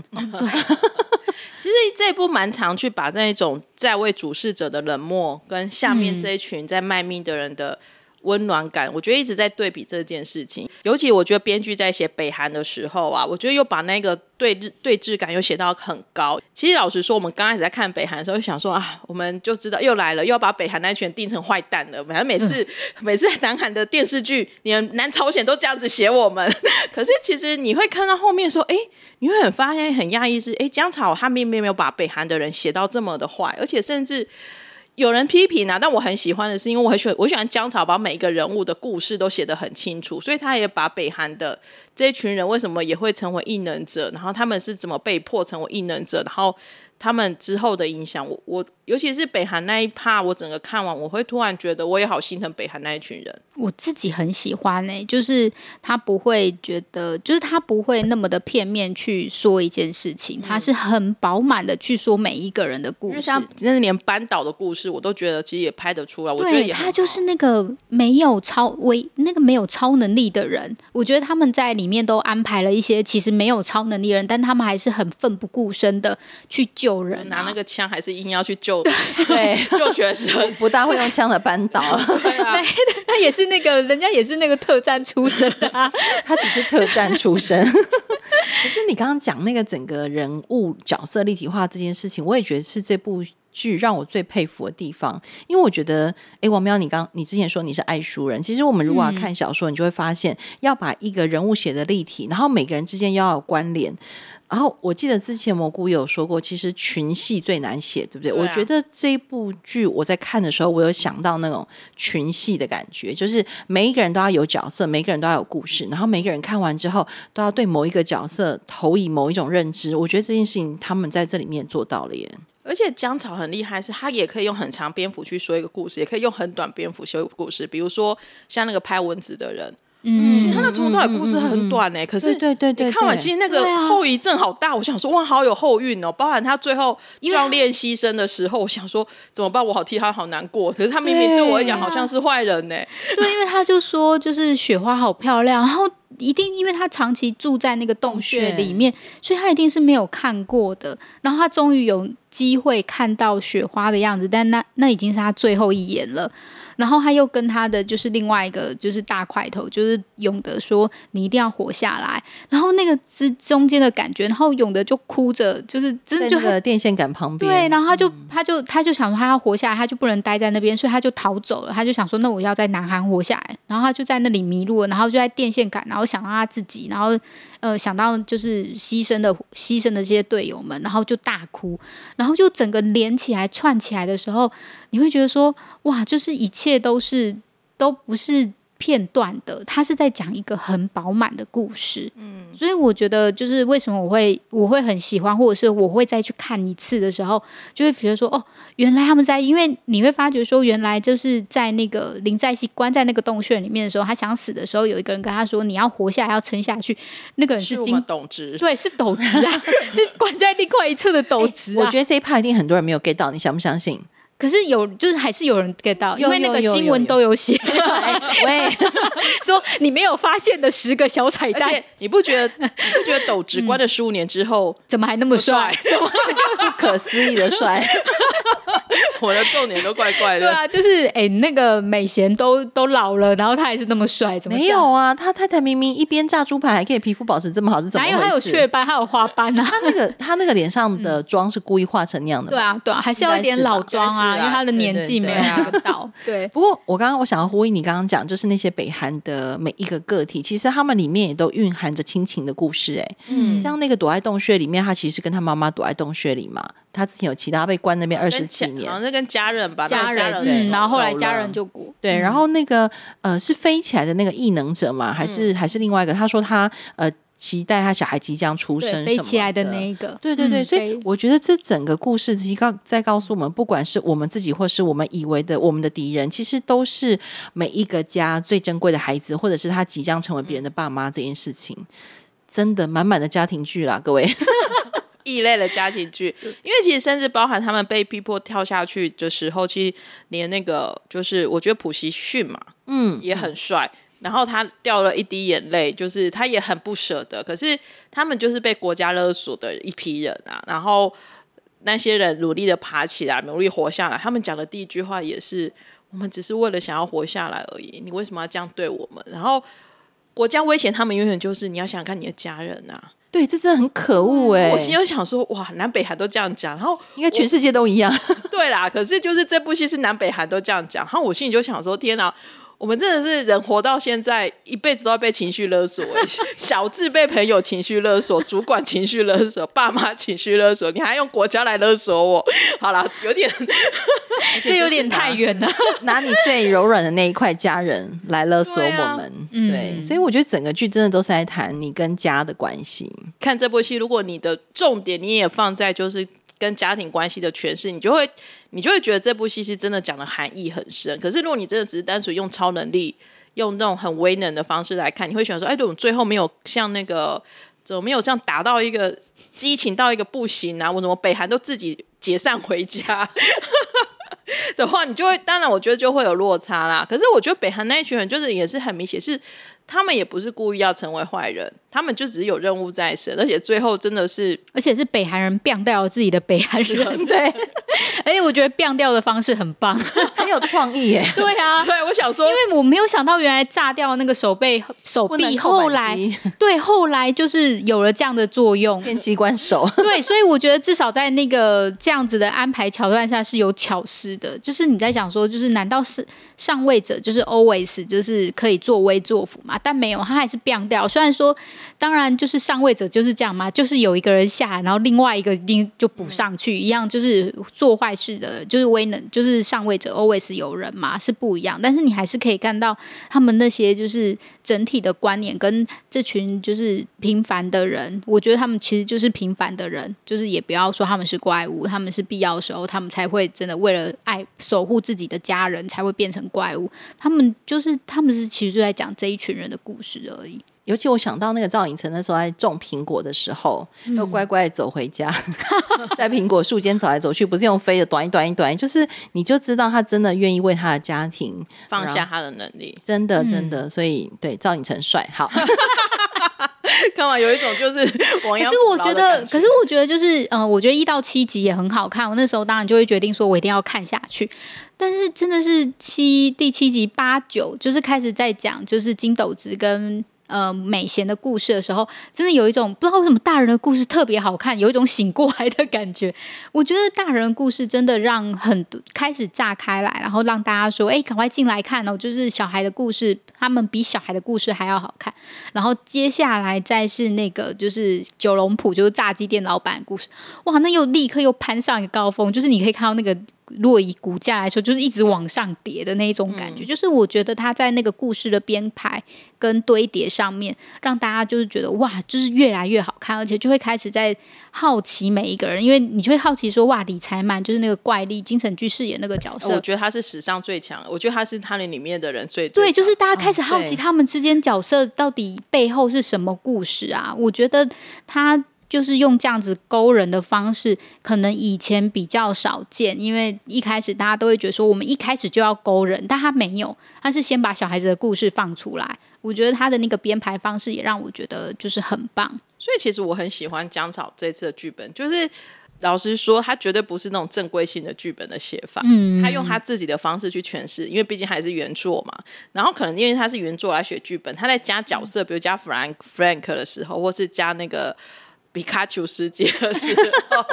A: 其实这一部蛮常去把那一种在为主事者的冷漠，跟下面这一群在卖命的人的温暖感，我觉得一直在对比这件事情。尤其我觉得编剧在写北韩的时候啊，我觉得又把那个对日对峙感又写到很高。其实老实说，我们刚开始在看北韩的时候，就想说啊，我们就知道又来了，又要把北韩那一群人定成坏蛋了。反正每次、 (laughs) 每次南韩的电视剧，连南朝鲜都这样子写我们。可是其实你会看到后面说，哎、你会很发现很讶异是，哎，姜草他并没有把北韩的人写到这么的坏，而且甚至有人批评啊，但我很喜欢的是，因为我很喜欢我喜欢姜草把每一个人物的故事都写得很清楚，所以他也把北韩的这一群人为什么也会成为异能者，然后他们是怎么被迫成为异能者，然后他们之后的影响，我我尤其是北韩那一趴，我整个看完，我会突然觉得我也好心疼北韩那一群人。
B: 我自己很喜欢呢、就是他不会觉得，就是他不会那么的片面去说一件事情，他是很饱满的去说每一个人的故
A: 嗯因为
B: 事。
A: 像真的连扳倒的故事，我都觉得其实也拍得出来，我觉得
B: 对
A: 也很
B: 他就
A: 好
B: 是那个没有超为那个没有超能力的人，我觉得他们在里面都安排了一些其实没有超能力的人，但他们还是很奋不顾身的去救人、啊，
A: 拿那个枪，还是硬要去救
C: 对，
A: (laughs) 救学生。
C: 不大会用枪的扳倒，
A: 对啊，
B: 他也是那个人家也是那个特战出身的、
A: (laughs)
B: 啊，
C: 他只是特战出身。 (laughs) 可是你刚刚讲那个整个人物角色立体化这件事情，我也觉得是这部剧让我最佩服的地方，因为我觉得，诶，王喵，你刚你之前说你是爱书人，其实我们
A: 嗯
C: 如果要看小说，你就会发现要把一个人物写的立体，然后每个人之间要有关联。然后我记得之前蘑菇也有说过，其实群戏最难写，对不对？
A: 对啊
C: 我觉得这部剧我在看的时候，我有想到那种群戏的感觉，就是每一个人都要有角色，每一个人都要有故事，然后每一个人看完之后都要对某一个角色投以某一种认知。我觉得这件事情他们在这里面做到了耶。
A: 而且姜草很厉害，是他也可以用很长篇幅去说一个故事，也可以用很短篇幅说一个故事。比如说像那个拍蚊子的人，其实
B: 嗯，
A: 他那从头到尾故事很短呢、可是
C: 对对对对
A: 你看完
C: 对
A: 其实那个
B: 对啊
A: 后遗症好大，我想说哇，好有后运哦。包含他最后
B: 为
A: 壮烈牺牲的时候，我想说怎么办？我好替他好难过。可是他明明对我啊来讲好像是坏人呢、欸
B: 对，因为他就说就是雪花好漂亮，然后一定因为他长期住在那个洞穴
C: 洞穴
B: 里面，所以他一定是没有看过的。然后他终于有机会看到雪花的样子，但那那已经是他最后一眼了。然后他又跟他的就是另外一个就是大块头，就是永德说你一定要活下来。然后那个之中间的感觉，然后永德就哭着，就是真
C: 在
B: 的就
C: 那
B: 很
C: 个电线杆旁边，嗯
B: 对，然后他就、他就他就想说他要活下来，他就不能待在那边，所以他就逃走了。他就想说，那我要在南韩活下来。然后他就在那里迷路了，然后就在电线杆，然后想到他自己，然后呃想到就是牺牲的牺牲的这些队友们，然后就大哭。然后就整个连起来串起来的时候，你会觉得说，哇，就是一切都是都不是片段的，它是在讲一个很饱满的故事。嗯，所以我觉得就是为什么我会我会很喜欢，或者是我会再去看一次的时候，就会觉得说，哦，原来他们在，因为你会发觉说，原来就是在那个林在熙关在那个洞穴里面的时候，他想死的时候，有一个人跟他说，你要活下来，要撑下去。那个人是
A: 是我
B: 金
A: 们董直，
B: 对，是
C: (laughs)
B: 斗值啊，是关在另外一侧的斗值啊。
C: 哎我觉得这一趴一定很多人没有 get 到，你相不相 (laughs) 信？
B: 可是有，就是还是有人 get 到，因
C: 有
B: 为那
C: 有
B: 个
C: 有
B: 新
C: 有
B: 闻
C: 有
B: 都有
C: (laughs)
B: 写哎
C: 喂，
B: 说你没有发现的十个小彩
A: 而
B: 蛋
A: 且，你不觉得你不觉得董直关了十五年之后，
B: 怎么还那么帅？
A: 怎么
B: (laughs)
C: 不可思议的 (laughs) 帅，
A: 我的重点都怪怪
B: 对
A: 的？
B: 啊，就是哎、那个美贤都都老了，然后他还是那么帅，怎么
C: 没
B: 这样？
C: 有啊？他太太明明一边炸猪排，还可以皮肤保持这么好，是怎么
B: 哪
C: 回
B: 有
C: 事？
B: 他有雀斑，他有花斑啊？ (laughs)
C: 他那个他那个脸上的妆是故意画成那样的吗？
B: 对啊，对啊，还是要一
C: 应该
B: 点
C: 是吧
B: 老妆
A: 应该是啊
B: 啊，因为他的
C: 对
B: 年
C: 对
B: 纪没
C: 对
B: 有
A: 啊
B: 到。 (laughs) 对，嗯
C: 不过我刚刚我想要呼应你刚刚讲，就是那些北韩的每一个个体，其实他们里面也都蕴含着亲情的故事、欸。
B: 嗯
C: 像那个躲在洞穴里面，他其实跟他妈妈躲在洞穴里嘛，他之前有其他被关那
B: 嗯
C: 边二
A: 跟
C: 十七
A: 家
C: 年
A: 好，像是跟家人吧，那
B: 家
A: 个人
B: 人，嗯，
A: 走
B: 然后后来
A: 走
B: 家
A: 了
B: 人就过，
C: 对，然后那个呃是飞起来的那个异能者嘛，还是、还是另外一个？他说他呃期待他小孩即将出生
B: 对，
C: 什么
B: 飞起来的那一个，
C: 对对对，
B: 嗯
C: 所以我觉得这整个故事提告在告诉我们，不管是我们自己，或是我们以为的我们的敌人，其实都是每一个家最珍贵的孩子，或者是他即将成为别人的爸妈这件事情。真的满满的家庭剧啦，各位。
A: 异类的家庭剧，因为其实甚至包含他们被逼迫跳下去的时候，其实连那个就是我觉得普希逊嘛，嗯，也很帅。然后他掉了一滴眼泪，就是他也很不舍得。可是他们就是被国家勒索的一批人啊。然后那些人努力的爬起来，努力活下来。他们讲的第一句话也是：我们只是为了想要活下来而已，你为什么要这样对我们？然后国家威胁他们，永远就是你要想想看你的家人啊。
C: (laughs) 对，这真的很可恶哎、
A: 我心里就想说，哇，南北韩都这样讲，然后
C: 应该全世界都一样。
A: 对啦，可是就是这部戏是南北韩都这样讲，然后我心里就想说，天哪，我们真的是人活到现在，一辈子都要被情绪勒索、欸 (laughs) 小智被朋友情绪勒索，主管情绪勒索，爸妈情绪勒索，你还用国家来勒索我？好啦，有点
B: 这有点太远 (laughs) 了。
C: (laughs) 拿你最柔软的那一块家人来勒索
A: 对啊
C: 我们，
B: 嗯
C: 对，所以我觉得整个剧真的都是在谈你跟家的关 (laughs) 系。
A: 看这部戏，如果你的重点你也放在就是跟家庭关系的诠释，你就会你就会觉得这部戏是真的讲的含义很深。可是如果你真的只是单纯用超能力，用那种很威能的方式来看，你会想说，哎，对我们最后没有像那个怎么没有这样达到一个激情到一个不行啊？我怎么北韩都自己解散回家？ (laughs) 的话，你就会，当然，我觉得就会有落差啦。可是我觉得北韩那一群人就是也是很明显，是他们也不是故意要成为坏人，他们就只是有任务在身，而且最后真的是
B: 而且是北韩人 biang 掉自己的北韩 (laughs) 人，
C: 对，
B: 而且我觉得 biang 掉的方式很棒。 (laughs)
C: 很有创意耶、
B: 对
A: (laughs)
B: 啊，
A: 对我想说
B: 因，为我没有想到原来炸掉那个手背手
C: (laughs) 不能
B: 臂，
C: 扣扳 (laughs)
B: 后来
C: 机
B: 对后来就是有了这样的作用。
C: 变机关手。
B: 对，所以我觉得至少在那个这样子的安排桥段下是有巧思的，就是你在想说，就是难道是上位者就是 always 就是可以作威作福嘛？但没有，他还是 biang 掉。虽然说，当然就是上位者就是这样嘛，就是有一个人下来，然后另外一个一定就补上去，一样就是做坏事的，就是威能，就是上位者 always 有人嘛，是不一样。但是你还是可以看到他们那些就是整体的观念跟这群就是平凡的人，我觉得他们其实就是平凡的人，就是也不要说他们是怪物，他们是必要的时候，他们才会真的为了爱守护自己的家人，才会变成怪物。他们就是他们是其实就在讲这一群人的故事而已。
C: 尤其我想到那个赵寅成那时候在种苹果的时候，又乖乖地走回家， (laughs) 在苹果树间走来走去，不是用飞的短一短一短，就是你就知道他真的愿意为他的家庭
A: 放下他的能力，
C: 真的真的，所以对赵寅成帅好，
A: (laughs) 干嘛有一种就是亡
B: 可
A: 羊
B: 是
A: 补
B: 我
A: 牢
B: 觉
A: 的
B: 得，
A: 感
B: 可是我觉得就是，嗯、我觉得一到七集也很好看。我那时候当然就会决定说，我一定要看下去。但是真的是七第七集八九，就是开始在讲就是金斗子跟呃美贤的故事的时候，真的有一种不知道为什么大人的故事特别好看，有一种醒过来的感觉。我觉得大人的故事真的让很多开始炸开来，然后让大家说，哎，赶快进来看哦！就是小孩的故事他们比小孩的故事还要好看。然后接下来再是那个就是九龙埔，就是炸鸡店老板的故事，哇，那又立刻又攀上一个高峰，就是你可以看到那个。如果以股价来说，就是一直往上叠的那一种感觉，就是我觉得他在那个故事的编排跟堆叠上面，让大家就是觉得哇，就是越来越好看，而且就会开始在好奇每一个人，因为你就会好奇说哇，理财曼就是那个怪力金城剧饰演那个角色
A: 我，觉得他是史上最强，我觉得他是他那里面的人最
B: 对，就
A: 最
B: 是大家开
A: 嗯
B: 始好
C: 对
B: 奇他们之间角色到底背后是什么故事啊？我觉得他就是用这样子勾人的方式，可能以前比较少见，因为一开始大家都会觉得说我们一开始就要勾人，但他没有，他是先把小孩子的故事放出来。我觉得他的那个编排方式也让我觉得就是很棒，
A: 所以其实我很喜欢江草这次的剧本，就是老实说，他绝对不是那种正规性的剧本的写法，嗯，他用他自己的方式去诠释，因为毕竟还是原作嘛。然后可能因为他是原作来写剧本，他在加角色，比如加 Frank Frank 的时候，或是加那个。皮卡丘世界的时候，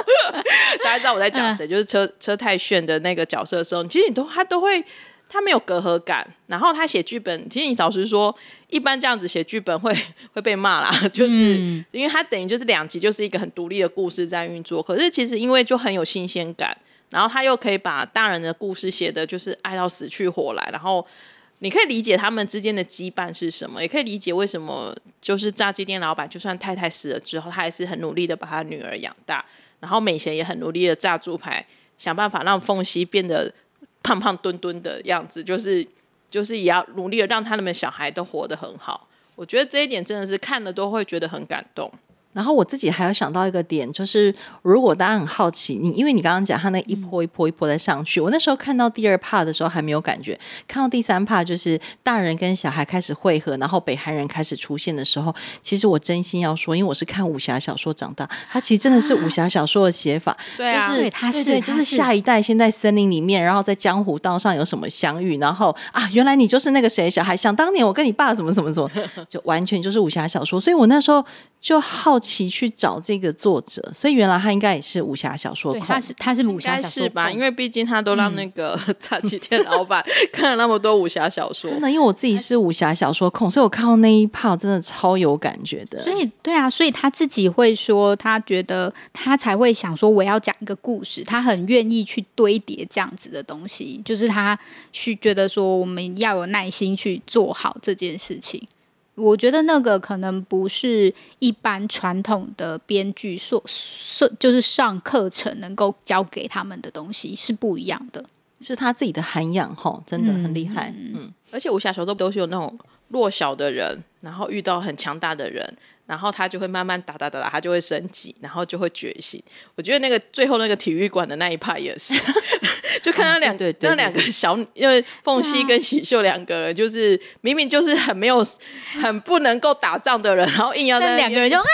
A: 大家知道我在讲谁，就是车车太炫的那个角色的时候，其实你都他都会他没有隔阂感，然后他写剧本，其实你老实说，一般这样子写剧本会 (laughs) 会被骂啦，就是、因为他等于就是两集就是一个很独立的故事在运作，可是其实因为就很有新鲜感，然后他又可以把大人的故事写的就是爱到死去活来，然后你可以理解他们之间的羁绊是什么，也可以理解为什么就是炸鸡店老板，就算太太死了之后，他还是很努力的把他女儿养大，然后美贤也很努力的炸猪排，想办法让凤熙变得胖胖墩墩的样子，就是就是也要努力的让他们小孩都活得很好。我觉得这一点真的是看了都会觉得很感动。
C: 然后我自己还有想到一个点，就是如果大家很好奇，你因为你刚刚讲它那一波一波一波在上去，我那时候看到第二 part 的时候还没有感觉，看到第三 part 就是大人跟小孩开始汇合，然后北韩人开始出现的时候，其实我真心要说，因为我是看武侠小说长大，它其实真的是武侠小说的写法，
A: 对啊
C: 就是
B: 对它是
C: 对
B: 它
C: 就是
B: 是
C: 下一代先在森林里面，然后在江湖道上有什么相遇，然后啊，原来你就是那个谁小孩，想当年我跟你爸怎么怎
B: (laughs)
C: 么怎么，就完全就是武侠小说，所以我那时候就好奇去找这个作者，所以原来他应该也是武侠小说
B: 对，
C: 控，
B: 他是他是武
A: 应
B: 侠
A: 该
B: 小
A: 是
B: 说
A: 吧，
B: 控
A: 因为毕竟他都让
C: 嗯
A: 那个 (laughs) 炸鸡店老板看了那么多武侠小说，
C: 真的，因为我自己是武侠小说控，所以我看到那一 part 真的超有感觉的，
B: 所以对啊，所以他自己会说，他觉得他才会想说我要讲一个故事，他很愿意去堆叠这样子的东西，就是他去觉得说我们要有耐心去做好这件事情。我觉得那个可能不是一般传统的编剧所所就是上课程能够教给他们的东西是不一样的。
C: 是他自己的涵养吼，真的很厉害，嗯
A: 而且武侠小说都是有那种弱小的人，然后遇到很强大的人，然后他就会慢慢打打打打，他就会升级，然后就会觉醒。我觉得那个最后那个体育馆的那一派
C: (laughs)
A: 也是，就看到两、
C: 哦对对对啊
A: 那两个小，因为凤熙跟喜秀两个人，就是明明就是很没有、很不能够打仗的人，然后硬要在
B: 那
A: 那
B: 两个人就啊，啊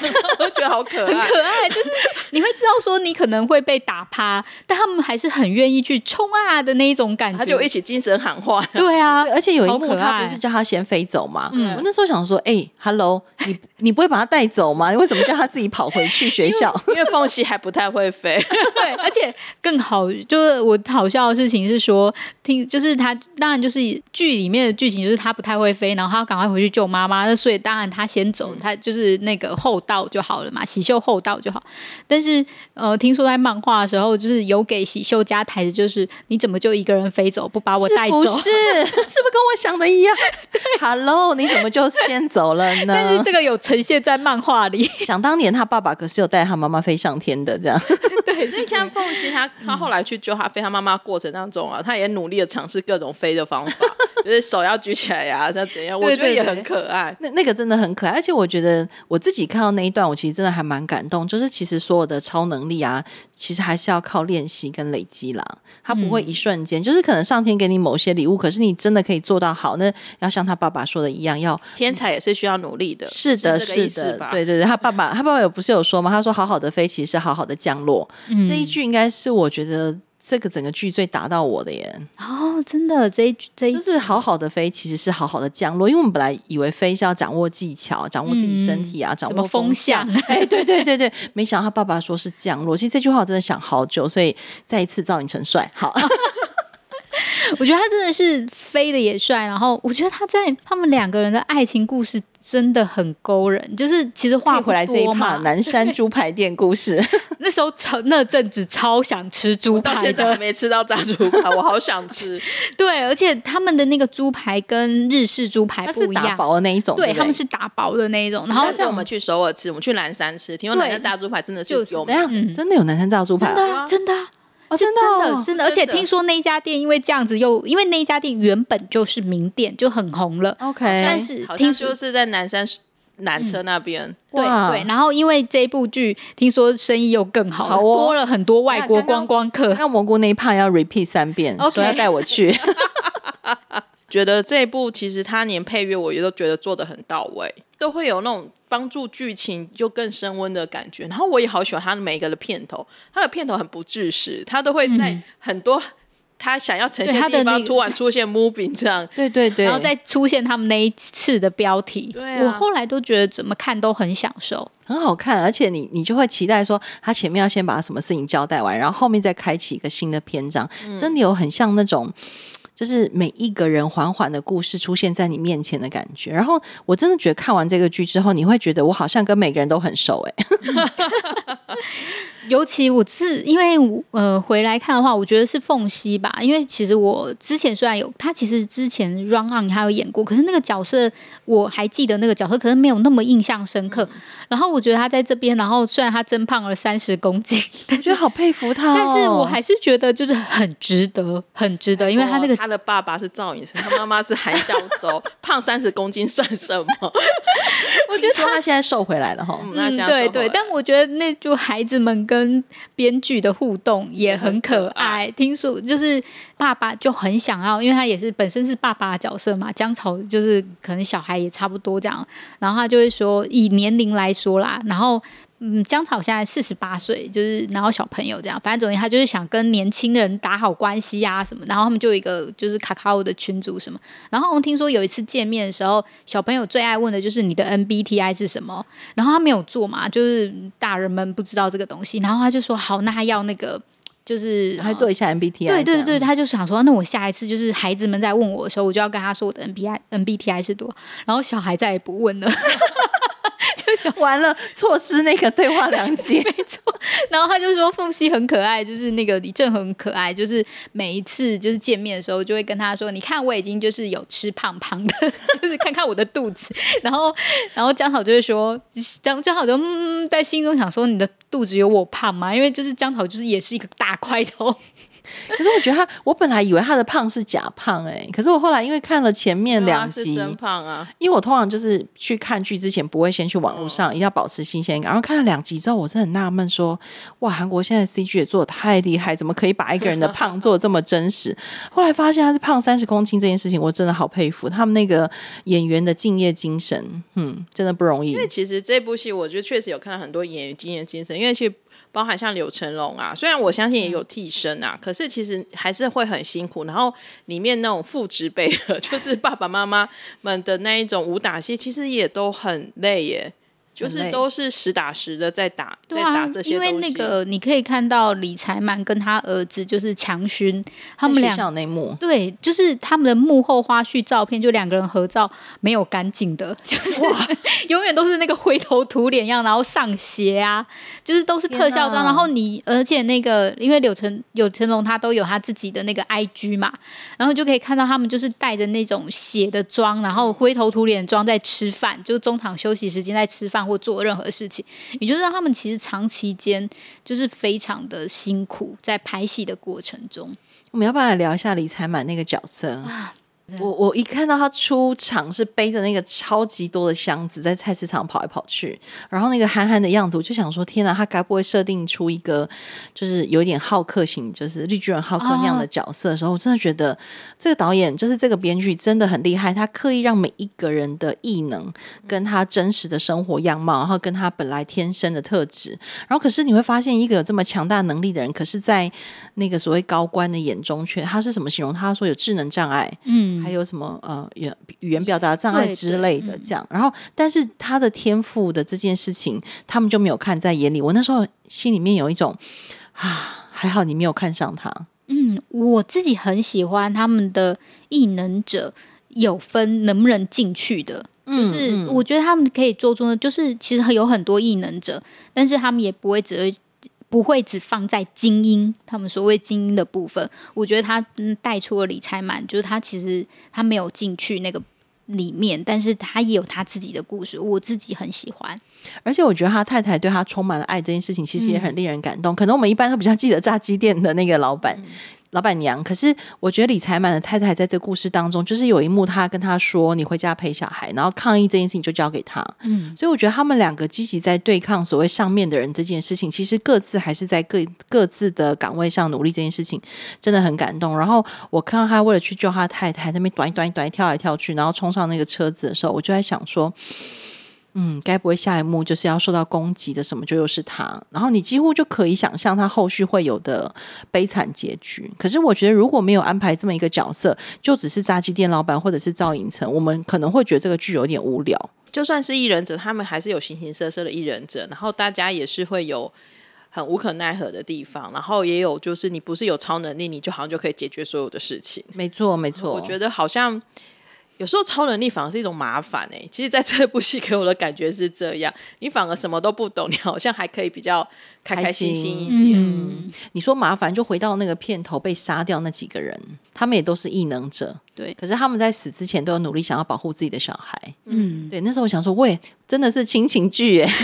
A: 边， (laughs) 我觉得好可爱。
B: 可爱，就是你会知道说你可能会被打趴，但他们还是很愿意去冲啊的那一种感觉。
A: 他就一起精神喊话， (laughs)
B: 对啊，
C: 而且有一
B: 好
C: 幕
B: 可
C: 他
B: 爱嗯
C: 不是叫他先飞走吗？我那时候想说，哎、h e l l o 你 (laughs) 你不会把他带走吗？你为什么叫他自己跑
B: (laughs)
C: 回去学校？
A: 因为凤熙还不太会 (laughs) 飞，
B: 对，而且更好，就是我好笑的事情是说，听就是他当然就是剧里面的剧情就是他不太会飞，然后他要赶快回去救妈妈，那所以当然他先走，他就是那个后道就好了嘛，喜秀后道就好。但是呃，听说在漫画的时候，就是有给喜秀加台词，就是你怎么就一个人飞走，不把我带
C: 是
B: 走
C: 不？是？是不是跟我想的一样？Hello，你怎么就先走了
B: (laughs) (laughs)
C: 呢？
B: 但是这个有呈现在漫画里，
C: 想当年他爸爸可是有带他妈妈飞上天的，这样
A: 可是看凤熙他，他后来去救他飞他妈妈过程当中啊，他也努力的尝试各种飞的方 (laughs) 法，就是手要举起来呀、啊，像怎样，我
C: 对
A: 觉得
C: 对
A: 也
C: 对
A: 很可爱。
C: 那那个真的很可爱。而且我觉得我自己看到那一段，我其实真的还蛮感动。就是其实所有的超能力啊，其实还是要靠练习跟累积啦。他不
A: 嗯
C: 会一瞬间，就是可能上天给你某些礼物，可是你真的可以做到好，那要像他爸爸说的一样，要
A: 天才也是需要努力的，
C: 是
A: 这
C: 的，
A: 个
C: 是
A: 意思
C: 的
A: 吧，
C: 对对对，他爸爸，他爸爸有不是有说吗？他说好好的飞其实是好好的降落，
A: 嗯
C: 这一句应该是我觉得这个整个剧最打到我的耶，
B: 哦，真的这一这一
C: 就是好好的飞其实是好好的降落，因为我们本来以为飞是要掌握技巧、掌握自己身体啊，掌
B: 嗯什
C: 握
B: 么
C: 风
B: 风向？
C: 哎，对对对对，没想到他爸爸说是
B: 啊
C: (laughs) 降落，其实这句话我真的想好久，所以再一次造你成帅，好，
B: 我觉得他真的是飞的也帅，然后我觉得他在他们两个人的爱情故事真的很勾人，就是其实话
C: 退回来这一趴
B: 嘛，
C: 南山猪排店故事，
B: 那时候超那阵子超想吃猪
A: 到
B: 排
A: 现在还
B: 的，
A: 没吃到炸猪排，我好想 (laughs) 吃。
B: 对，而且他们的那个猪排跟日式猪排
C: 它是
B: 不一
C: 打
B: 样，
C: 薄的 (laughs) 那一种，
B: 对，
C: 不
B: 他们是打薄的那一种，然后
A: 但是我们去首尔吃，我们去南山吃，听说
B: 对
A: 南山炸猪排真的是哎
B: 就是
A: 有
C: 等一下、真的有南山炸猪排
B: 嗯真
C: 啊、
B: 的
A: 有啊
B: 啊真的啊。
C: 哦，
B: 是
C: 真的
B: 真
C: 哦、
B: 的，真的，而且
A: 真的
B: 听说那一家店因为这样子又，因为那一家店原本就是名店，就很红了。
C: 哦 OK，
B: 但是
A: 好像
B: 听说
A: 就是在南山南车那边，
B: 对
C: 哇
B: 对，然后因为这部剧听说生意又更好了，
C: 好哦
B: 多了很多外国
C: 那刚刚
B: 观光客。
C: 那蘑菇那一趴要 repeat 三遍
B: OK
C: 说要带我去。 (laughs)
A: 觉得这一部其实它连配乐我也都觉得做的很到位，都会有那种帮助剧情就更升温的感觉。然后我也好喜欢它的每一个的片头，它的片头很不自私，它都会在很多它想要呈现的
B: 嗯对它的
A: 地
B: 那
A: 方
B: 个
A: 突然出现 moving 这
B: (laughs)
A: 样。
C: 对对对，
B: 然后再出现他们那一次的标题，
A: 对啊
B: 我后来都觉得怎么看都很享受。
C: 很好看，而且你你就会期待说，他前面要先把什么事情交代完，然后后面再开启一个新的篇章，真的有很像那种。就是每一个人缓缓的故事出现在你面前的感觉，然后我真的觉得看完这个剧之后，你会觉得我好像跟每个人都很熟哎、欸
B: 尤其我自因为我呃回来看的话，我觉得是凤溪吧，因为其实我之前虽然有他，其实之前 Run On 他有演过，可是那个角色我还记得那个角色，可是没有那么印象深刻。
C: 嗯
B: 然后我觉得他在这边，然后虽然他增胖了三十公斤，
C: (laughs) 我觉得好佩服他、哦。
B: 但是我还是觉得就是很值得，很值得，因为他那个
A: 他的爸爸是赵寅成，他妈妈是韩孝周， (laughs) 胖三十公斤算什么？
C: 我觉得他现在瘦回来了哈，
A: 嗯，那
B: 嗯
A: 现在，
B: 对
A: 说回
B: 对，
A: 来
B: 但我觉得那就孩子们跟编剧的互动也很可爱。听说就是爸爸就很想要，因为他也是本身是爸爸的角色嘛，姜潮就是可能小孩也差不多这样，然后他就会说以年龄来说啦，然后。嗯，姜草现在四十八岁，就是然后小朋友这样，反正总之他就是想跟年轻人打好关系呀、什么，然后他们就有一个就是卡卡欧的群组什么，然后我听说有一次见面的时候，小朋友最爱问的就是你的 MBTI 是什么，然后他没有做嘛，就是大人们不知道这个东西，然后他就说好，那他要那个就是
C: 还做一下 MBTI，
B: 对
C: 这
B: 对
C: 样
B: 对，，他就想说，那我下一次就是孩子们在问我的时候，我就要跟他说我的 MBI MBTI 是多，然后小孩再也不问了。就小，
C: 完了错失那个对话良 (laughs) 机，
B: 然后他就说凤溪很可爱，就是那个李正恒很可爱，就是每一次就是见面的时候，就会跟他说，你看我已经就是有吃胖胖的， (laughs) 就是看看我的肚子。然后，然后江好就会说，江江好就嗯，在心中想说你的肚子有我胖吗？因为就是江好就是也是一个大块
A: (laughs)
B: 头，
C: 可是我觉得他，我本来以为他的胖是假胖哎、可是我后来因为看了前面
A: 对啊
C: 两
A: 是
C: 集，
A: 真胖啊，
C: 因为我通常就是去看剧之前不会先去网络上，一定要保持新鲜感。然后看了两集之后，我是很纳闷说，哇，韩国现在 CG 也做的太厉害，怎么可以把一个人的胖做的这么真实？ (laughs) 后来发现他是胖三十公斤这件事情，我真的好佩服他们那个演员的敬业精神，嗯，真的不容易
A: 因为。其实这部戏，我觉得确实有看到很多演员经验精神，因为其实包含像柳成龙啊，虽然我相信也
B: 嗯
A: 有替身啊，可是其实还是会很辛苦。然后里面那种父职辈的， (laughs) 就是爸爸妈妈们的那一种武打戏，其实也都很累耶，就
C: 很
A: 是
C: 累
A: 都是实打实的在打，
B: 对
A: 在
B: 啊
A: 打这，些
B: 因
A: 东西。
B: 为那个你可以看到李才满跟他儿子就是强勋，他们
C: 在
B: 俩
C: 学校那一幕，
B: 对，就是他们的幕后花絮照片，就两个人合照没有干净的， (laughs) 就是永远都是那个灰头土脸样，然后上鞋啊，就是都是特效妆。
C: 天哪
B: 然后你，而且那个因为柳成柳成龙他都有他自己的那个 IG 嘛，然后就可以看到他们就是带着那种血的妆，然
C: 嗯
B: 后灰头土脸妆在吃饭，就是中场休息时间在吃饭或做任何事情，也就是让他们其实长期间就是非常的辛苦在拍戏的过程中。
C: 我们要不要来聊一下李才满那个角色？我我一看到他出场是背着那个超级多的箱子在菜市场跑来跑去，然后那个憨憨的样子，我就想说天哪，他该不会设定出一个就是有一点好客型，就是绿巨人好客那样的角色的时候，我真的觉得这个导演就是这个编剧真的很厉害，他刻意让每一个人的异能跟他真实的生活样貌，然后跟他本来天生的特质，然后可是你会发现一个有这么强大能力的人，可是在那个所谓高官的眼中却他是什么形容？他说有智能障碍，
B: 嗯
C: 还，有什么呃语言语言表达障碍
B: 对嗯
C: 之
B: 对
C: 类的这样。然后，但是他的天赋的这件事情，他们就没有看在眼里。我那时候心里面有一种啊，还好你没有看上他，
B: 嗯，我自己很喜欢他们的异能者有分能不能进去的，
A: 嗯
B: 就是我觉得他们可以做出的，就是其实有很多异能者，但是他们也不会只会。不会只放在精英，他们所谓精英的部分，我觉得他嗯带出了理财满，就是他其实他没有进去那个里面，但是他也有他自己的故事，我自己很喜欢。
C: 而且我觉得他太太对他充满了爱这件事情，其实也很令人感动。可能我们一般都比较记得炸鸡店的那个老板。老板娘，可是我觉得李财满的太太在这故事当中，就是有一幕，她跟他说：“你回家陪小孩。”然后抗议这件事情就交给他。嗯，所以我觉得他们两个积极在对抗所谓上面的人这件事情，其实各自还是在各各自的岗位上努力这件事情，真的很感动。然后我看到他为了去救他太太，那边短一短一短跳来跳去，然后冲上那个车子的时候，我就在想说，嗯，该不会下一幕就是要受到攻击的什么就又是他？然后你几乎就可以想象他后续会有的悲惨结局。可是我觉得如果没有安排这么一个角色，就只是炸鸡店老板或者是赵寅成，我们可能会觉得这个剧有点无聊。
A: 就算是艺人者，他们还是有形形色色的艺人者，然后大家也是会有很无可奈何的地方，然后也有就是你不是有超能力，你就好像就可以解决所有的事情。
C: 没错，没错，
A: 我觉得好像有时候超能力反而是一种麻烦哎、其实，在这部戏给我的感觉是这样，你反而什么都不懂，你好像还可以比较开开心心一点。
B: 嗯，
C: 你说麻烦，就回到那个片头被杀掉那几个人，他们也都是异能者，
B: 对，
C: 可是他们在死之前都有努力想要保护自己的小孩。
B: 嗯，
C: 对，那时候我想说，喂，真的是亲情剧耶。 (laughs)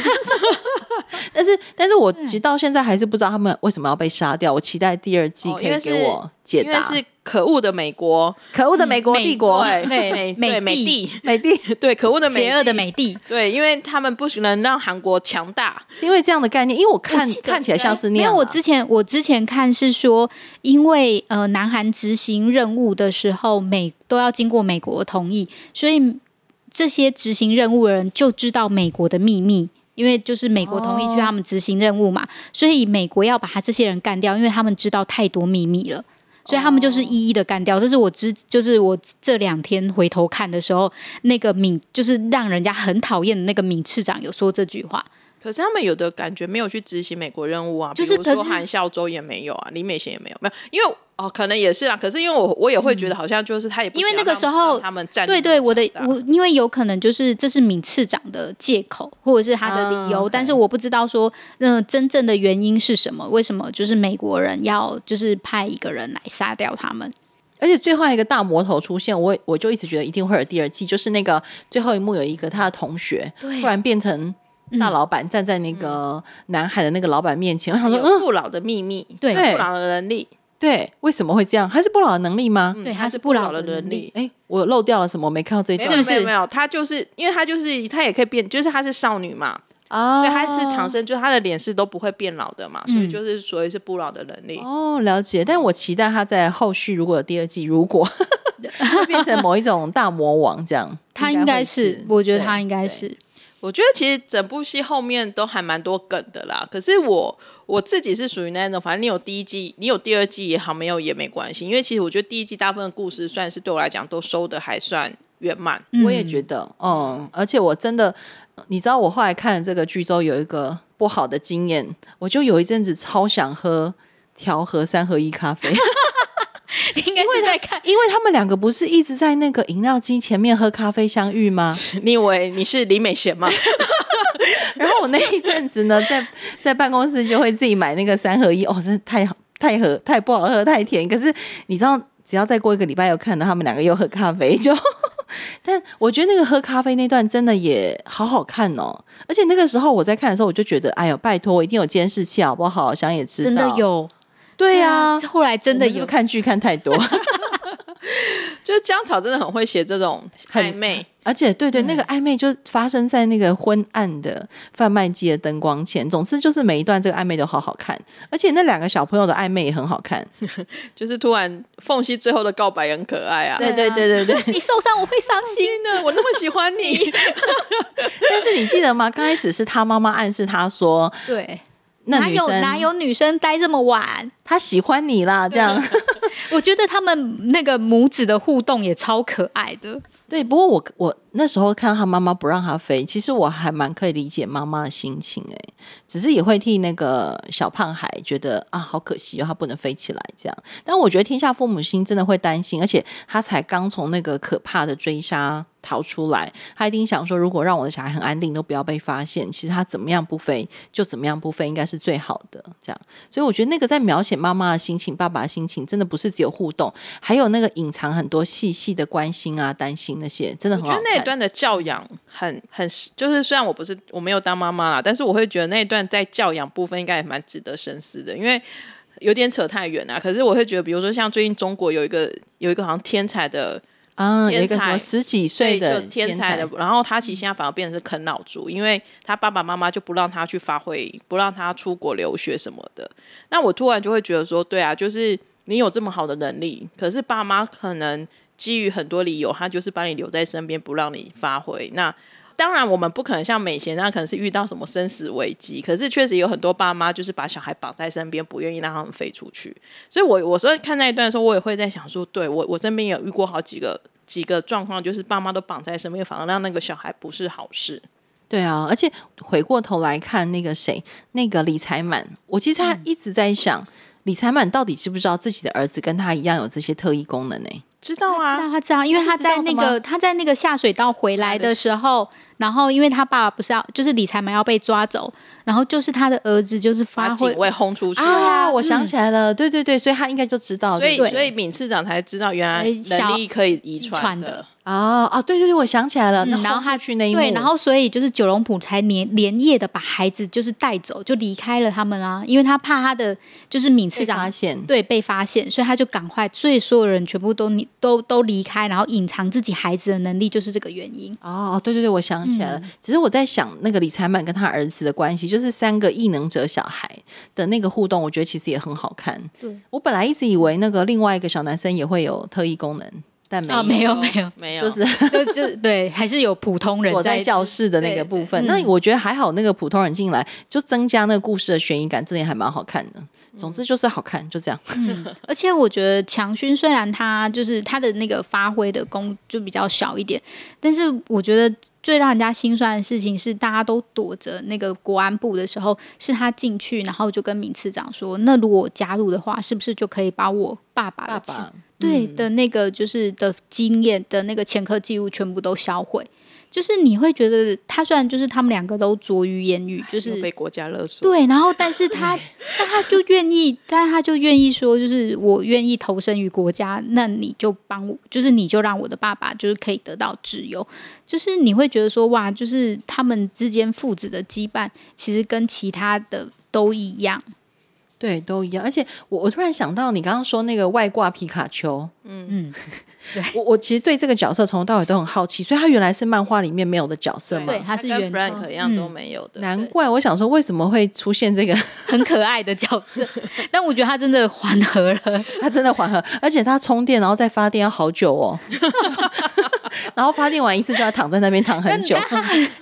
C: 但是，但是我其实到现在还是不知道他们为什么要被杀掉。我期待第二季
A: 哦
C: 可
A: 因为
C: 以
A: 是
C: 给我解
A: 因为
C: 答。
A: 是可恶的美国，
C: 可恶的美国帝国，
A: 对
B: 对
A: 美
B: 美
A: 对美
B: 帝
A: 帝，
C: (laughs) 美帝，
A: 对可恶的美
B: 邪恶的
A: 帝
B: 美帝，
A: 对，因为他们不能让韩国强大，
C: 是因为这样的概念，因为我看
B: 我记得
C: 看起来像是那样啊。
B: 没有，我之前我之前看是说，因为呃，南韩执行任务的时候，美都要经过美国同意，所以这些执行任务的人就知道美国的秘密。因为就是美国同意
C: 哦
B: 去他们执行任务嘛，所以美国要把他这些人干掉，因为他们知道太多秘密了，所以他们
C: 哦
B: 就是一一的干掉。这是我之，就是我这两天回头看的时候，那个敏就是让人家很讨厌的那个敏市长有说这句话，
A: 可是他们有的感觉没有去执行美国任务啊，
B: 就是
A: 比如
B: 可
A: 说
B: 是
A: 韩孝周也没有啊，李美贤也没有，没有，因为哦，可能也是啦。可是因为我我也会觉得好像就是他也不
B: 嗯因为
A: 想让
B: 那个时候
A: 让他们占
B: 对对，我的
A: 强大
B: 我，因为有可能就是这是闵次长的借口，或者是他的理
C: 啊
B: 由，
C: ，OK
B: 但是我不知道说，嗯、真正的原因是什么？为什么就是美国人要就是派一个人来杀掉他们？
C: 而且最后一个大魔头出现，我我就一直觉得一定会有第二季，就是那个最后一幕有一个他的同学
B: 对
C: 突然变成大老板，站在那个南海的那个老板面前，我想说，
A: 有
C: 嗯，
A: 不老的秘密，
B: 对
C: 对
A: 不老的能力，
C: 对，为什么会这样？他是不老的能力吗？
B: 对，
A: 他
B: 他
A: 是
B: 是
A: 不
B: 不
A: 老
B: 老
A: 的
B: 的
A: 能
B: 能
A: 力
B: 力。
C: 哎、我漏掉了什么？我没看到这一
A: 没
C: 集
A: 有
B: 是不是
A: 没有没有，他就是因为他就是他也可以变，就是他是少女嘛，
C: 啊
B: 哦
A: 所以他是长生，就是他的脸是都不会变老的
B: 嗯
A: 嘛，所以就是所以是不老的能力。
C: 哦，了解。但我期待他在后续如果有第二季，
B: (laughs)
C: 如果会变成某一种大魔王这样，
B: 他应该
C: 会
B: 是，我觉得
C: 对
B: 他应该
C: 对
B: 是，
A: 我觉得其实整部戏后面都还蛮多梗的啦。可是我我自己是属于那种，反正你有第一季，你有第二季也好，没有也没关系，因为其实我觉得第一季大部分的故事算是对我来讲都收的还算圆满。 (laughs)
C: 我
B: 嗯
C: 也觉得，嗯，而且我真的，你知道，我后来看了这个剧之后，有一个不好的经验，我就有一阵子超想喝调和三合一咖啡， (laughs)
B: (laughs)
C: 因
B: 应该是在看。
C: 为他们两个不是一直在那个饮料机前面喝咖啡相遇吗？
A: 你以为你是李美贤吗？ (laughs)
C: (laughs) 然后我那一阵子呢，在在办公室就会自己买那个三合一，哦，真的太好，太合太不好喝，太甜。可是你知道，只要再过一个礼拜，又看到他们两个又喝咖啡，就。 (laughs) 但我觉得那个喝咖啡那段真的也好好看哦，而且那个时候我在看的时候，我就觉得，哎呦，拜托，我一定有监视器好不好？想也知道，
B: 真的，有，
C: 对呀、啊，
B: 后来真的
C: 我们是不
B: 有
C: 是，看剧看太多，
A: 就是江草真的很会写这种
C: 很
A: 暧昧，
C: 而且对对，那个暧昧就发生在那个昏暗的贩卖机的灯光前。总之就是每一段这个暧昧都好好看，而且那两个小朋友的暧昧也很好看。
A: 就是突然缝隙最后的告白也很可爱啊。
B: 对啊
C: 对对。 (laughs)
B: 你受伤我会伤心，
A: 真的，我那么喜欢你，
C: 但是你记得吗？刚开始是他妈妈暗示他说，
B: 对，
C: (laughs) 那
B: 哪
C: 女
B: 有
C: 生
B: 哪有女生待这么晚？
C: 他喜欢你啦，这样。 (laughs)
B: 我觉得他们那个母子的互动也超可爱的，
C: 对，不过我我那时候看到他妈妈不让他飞，其实我还蛮可以理解妈妈的心情哎、只是也会替那个小胖孩觉得啊，好可惜哦，他不能飞起来这样。但我觉得天下父母心真的会担心，而且他才刚从那个可怕的追杀逃出来，他一定想说，如果让我的小孩很安定，都不要被发现，其实他怎么样不飞就怎么样不飞，应该是最好的这样。所以我觉得那个在描写妈妈的心情、爸爸的心情，真的不是只有互动，还有那个隐藏很多细细的关心啊、担心那些，真的
A: 我
C: 很好
A: 觉得
C: 看。
A: 那一段的教养很很，就是虽然我不是我没有当妈妈啦，但是我会觉得那一段在教养部分应该也蛮值得深思的，因为有点扯太远啊啦。可是我会觉得，比如说像最近中国有一个有一个好像天才的
C: 啊，有
A: 天
C: 一个什
A: 才
C: 么十几岁的
A: 就天才的，然后他其实现在反而变成是啃老族，因为他爸爸妈妈就不让他去发挥，不让他出国留学什么的。那我突然就会觉得说，对啊，就是你有这么好的能力，可是爸妈可能基于很多理由，他就是把你留在身边，不让你发挥。那当然，我们不可能像美贤那样，可能是遇到什么生死危机。可是确实有很多爸妈就是把小孩绑在身边，不愿意让他们飞出去。所以我，我说看那一段的时候，我也会在想说，对我我身边也有遇过好几个几个状况，就是爸妈都绑在身边，反而让那个小孩不是好事。
C: 对啊，而且回过头来看那个谁，那个李才满，我其
B: 嗯
C: 实他一直在想，李才满到底知不知道自己的儿子跟他一样有这些特异功能呢、
A: 知道
B: 知道
A: 啊，
B: 他知道，因为他在那
C: 他知道的
B: 个他在那个下水道回来的时候，然后因为他爸爸不是要就是理财嘛要被抓走，然后就是他的儿子就是
A: 把
B: 发挥
A: 警卫轰出去。
C: 啊，我
B: 嗯
C: 想起来了，对对对，所以他应该就知道，
A: 所以，
C: 对不对
A: 所以闵次长才知道，原来
B: 哎小
A: 能力可以遗
B: 遗传
A: 传
B: 的
A: 的。
C: 啊啊，对对对，我想起来了，那
B: 嗯然后
C: 他
B: 他
C: 去那一幕，
B: 对，然后所以就是九龙埔才连连夜的把孩子就是带走，就离开了他们啊，因为他怕他的就是闵次
C: 被发
B: 长
C: 现，
B: 对被发现，所以他就赶快，所以所有人全部都你都都离开，然后隐藏自己孩子的能力，就是这个原
C: (laughs)
B: 因。
C: 哦，对对对，我想起来了。
B: 嗯
C: 只是我在想，那个李才满跟他儿子的关系，就是三个异能者小孩的那个互动，我觉得其实也很好看。
B: 对
C: 我本来一直以为那个另外一个小男生也会有特异功能，但没有，
B: 啊没有没有
A: 哦没有，
C: 就是
B: 就就对，还是有普通人
C: 躲在
B: 在嗯
C: 教室的那个部分。那我觉得还好，那个普通人进来就增加那个故事的悬疑感，这点还蛮好看的。总之就是好看，就这样。
B: 而且我觉得强勋虽然他就是他的那个发挥的功就比较小一点，但是我觉得最让人家心酸的事情是，大家都躲着那个国安部的时候，是他进去，然后就跟闵次长说：“那如果我加入的话，是不是就可以把我爸爸
C: 爸
B: 的亲
C: 爸，
B: 对的那个就是的经验的那个前科记录全部都销毁？”就是你会觉得他虽然就是他们两个都拙于言语，就是
A: 又被国家勒索。
B: 对，然后但是他， (laughs) 但他就愿意，但他就愿意说，就是我愿意投身于国家，那你就帮我，就是你就让我的爸爸就是可以得到自由，就是你会觉得说，哇，就是他们之间父子的羁绊，其实跟其他的都一样，
C: (laughs) 对，都一样。而且我我突然想到，你刚刚说那个外挂皮卡丘，
B: 嗯，
C: 我我其实对这个角色从头到尾都很好奇，所以他原来是漫画里面没有的角色
B: 对
C: 吗？
B: 他是
A: 跟
B: 原创
A: Frank 一样
B: 嗯
A: 都没有的。
C: 难怪我想说，为什么会出现这个？ (laughs)
B: 很可爱的角色，但我觉得他真的缓和了，
C: 他真的缓和，而且他充电然后再发电要好久哦， (laughs) 然后发电完一次就要躺在那边躺很久， (laughs)
A: 可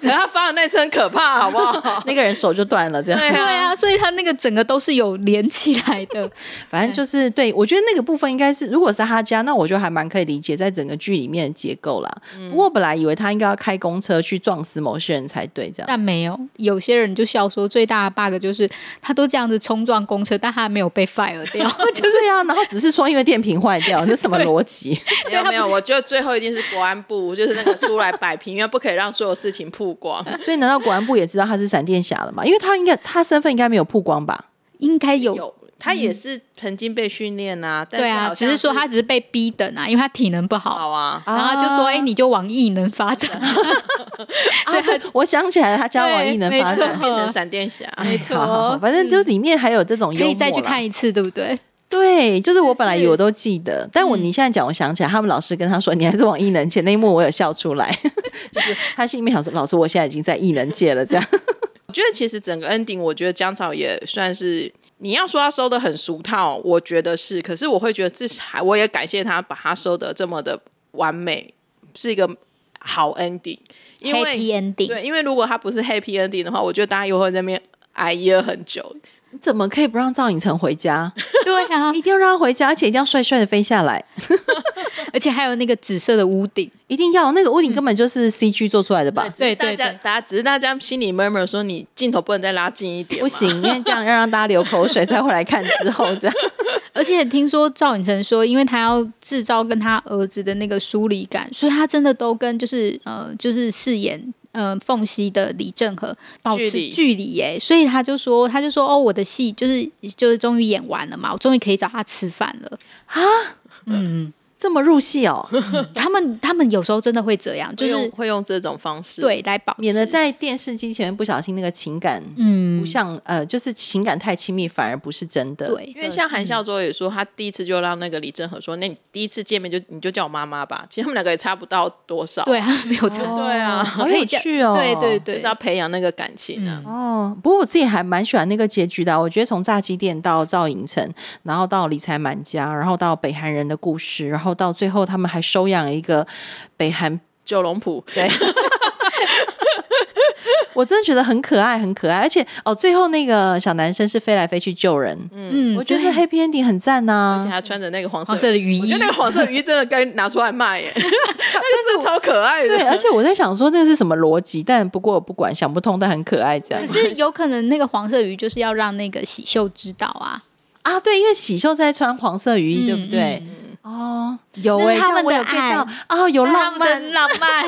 A: 他发的那次很可怕，好不
B: (laughs)
A: 好？
C: 那个人手就断了，这样。
A: 对
B: 对
A: 啊，
B: 啊，所以他那个整个都是有连起来的，
C: 反正就是对我觉得那个部分应该是，如果是他家，那我就还蛮可以理解在整个剧里面的结构啦。
B: 嗯
C: 不过我本来以为他应该要开公车去撞死某些人才对，这样。
B: 但没有，有些人就笑说最大的 bug 就是他都这样子冲撞公车，但他还没有被 fire 掉， (laughs) 就
C: 对啊，然后只是说因为电瓶坏
B: (laughs)
C: 掉，这什么逻辑？
A: 没有没有，我觉得最后一定是国安部，就是那个出来摆平，因为不可以让所有事情曝光。
C: (laughs) 所以难道国安部也知道他是闪电侠了吗？因为他应该他身份应该没有曝
B: (laughs)
C: 光吧？
B: 应该有。嗯
A: 有，他也是曾经被训练啊，但
B: 对
A: 是好
B: 啊，
A: 像
B: 只是说他
A: 是
B: 只是被逼等啊，因为他体能不好，
A: 好
B: (laughs)
A: 啊，
B: 然后他就说：“
C: 啊
B: 哎、你就往异能发展。 (laughs) 所以他
C: 我想起来了，他交往异能发
B: 对没
C: 展
B: 错。
A: 变成闪电侠。
B: (laughs) 没错哦
C: 哎
B: 嗯
C: 好好好反正就里面还有这种幽
B: 可
C: 默啦啊
B: 以再去看一次，对不对？
C: 对，就是我本来以为
B: 是嗯
C: 我都记得，但我你现在讲，我想起来，他们老师跟他说，你还是往异能界那一幕，我有笑出来， (laughs) 就是他心里面想说，老师，我现在已经在异能界了，这样。 (laughs)
A: 我觉得其实整个 ending，我觉得姜草也算是。你要说他收的很俗套，我觉得是，可是我会觉得至少我也感谢他把他收的这么的完美，是一个好 ending。因为
B: Happy ending
A: 对，因为如果他不是 happy ending 的话，我觉得大家又会在那边哀噎很久。
C: 你怎么可以不让赵寅成回家？ (laughs)
B: 对啊
C: 一，定要让他回家，而且一定要帅帅的飞下来。
B: (laughs) 而且还有那个紫色的屋顶，
C: 一定要那个屋
B: 嗯
C: 顶根本就是 CG 做出来的吧？
B: 对
A: 大
B: 对
A: 家
B: 对
A: 大家只是大家心里 murmur 说你镜头不能再拉近一点，
C: 不行，，因为这样要让大家流口水，再回来看之后这样。 (laughs)
B: 而且听说赵寅成说，因为他要制造跟他儿子的那个疏离感，所以他真的都跟就是呃就是饰演。呃，凤溪的李正和保
A: 距
B: 持
A: 离
B: 距离耶、所以他就说，他就说，哦，我的戏就是就是终于演完了嘛，我终于可以找他吃饭了。
C: 这么入戏
B: (laughs)
C: 哦，
B: 他们他们有时候真的会这样，就
A: 会用
B: 是
A: 会用这种方式，，
B: 对来保持，
C: 免得在电视机前面不小心那个情感
B: 嗯
C: 不像呃，就是情感太亲密，反而不是真的。，
B: 对，
A: 因为像韩孝周也说，他第一次就让那个李正和说，那你第一次见面就你就叫我妈妈吧，其实他们两个也差不到多少，
B: 对，他们没有差。
A: 对啊，
C: 哦好
B: (laughs) 可
C: 有
B: 以这样
C: 趣哦。
B: 对对
A: 就
B: 对
A: 是，要培养那个感情啊。
C: 哦，不过我自己还蛮喜欢那个结局的啊、我觉得从炸鸡店到赵寅成，然后到理财满家，然后到北韩人的故事，然后到最后他们还收养了一个北韩，
A: 九龙埔，对，
C: 我真的觉得很可爱，很可爱。而且哦，最后那个小男生是飞来飞去救人，
B: 嗯，
C: 我觉得
B: 对
C: Happy Ending 很赞啊
A: 而且
C: 呐、
A: 他穿着那个黄色
B: 黄色的雨衣
A: 我觉得那个黄色雨衣真的该拿出来卖耶，那个是超可爱的。
C: 对，而且我在想说那是什么逻辑，但不过我不管，想不通，但很可爱这
B: (laughs)
C: 样
B: 可。是有可能那个黄色鱼就是要让那个喜秀知道啊，
C: 啊，对，因为喜秀在穿黄色雨衣，对不对？哦，有
B: 嗯那
C: 哎、
B: 是
C: 欸，
B: 他们
C: 这样我有
B: 的
C: get
B: 爱
C: 到啊，有浪
B: 那他
C: 漫
B: 们的浪漫，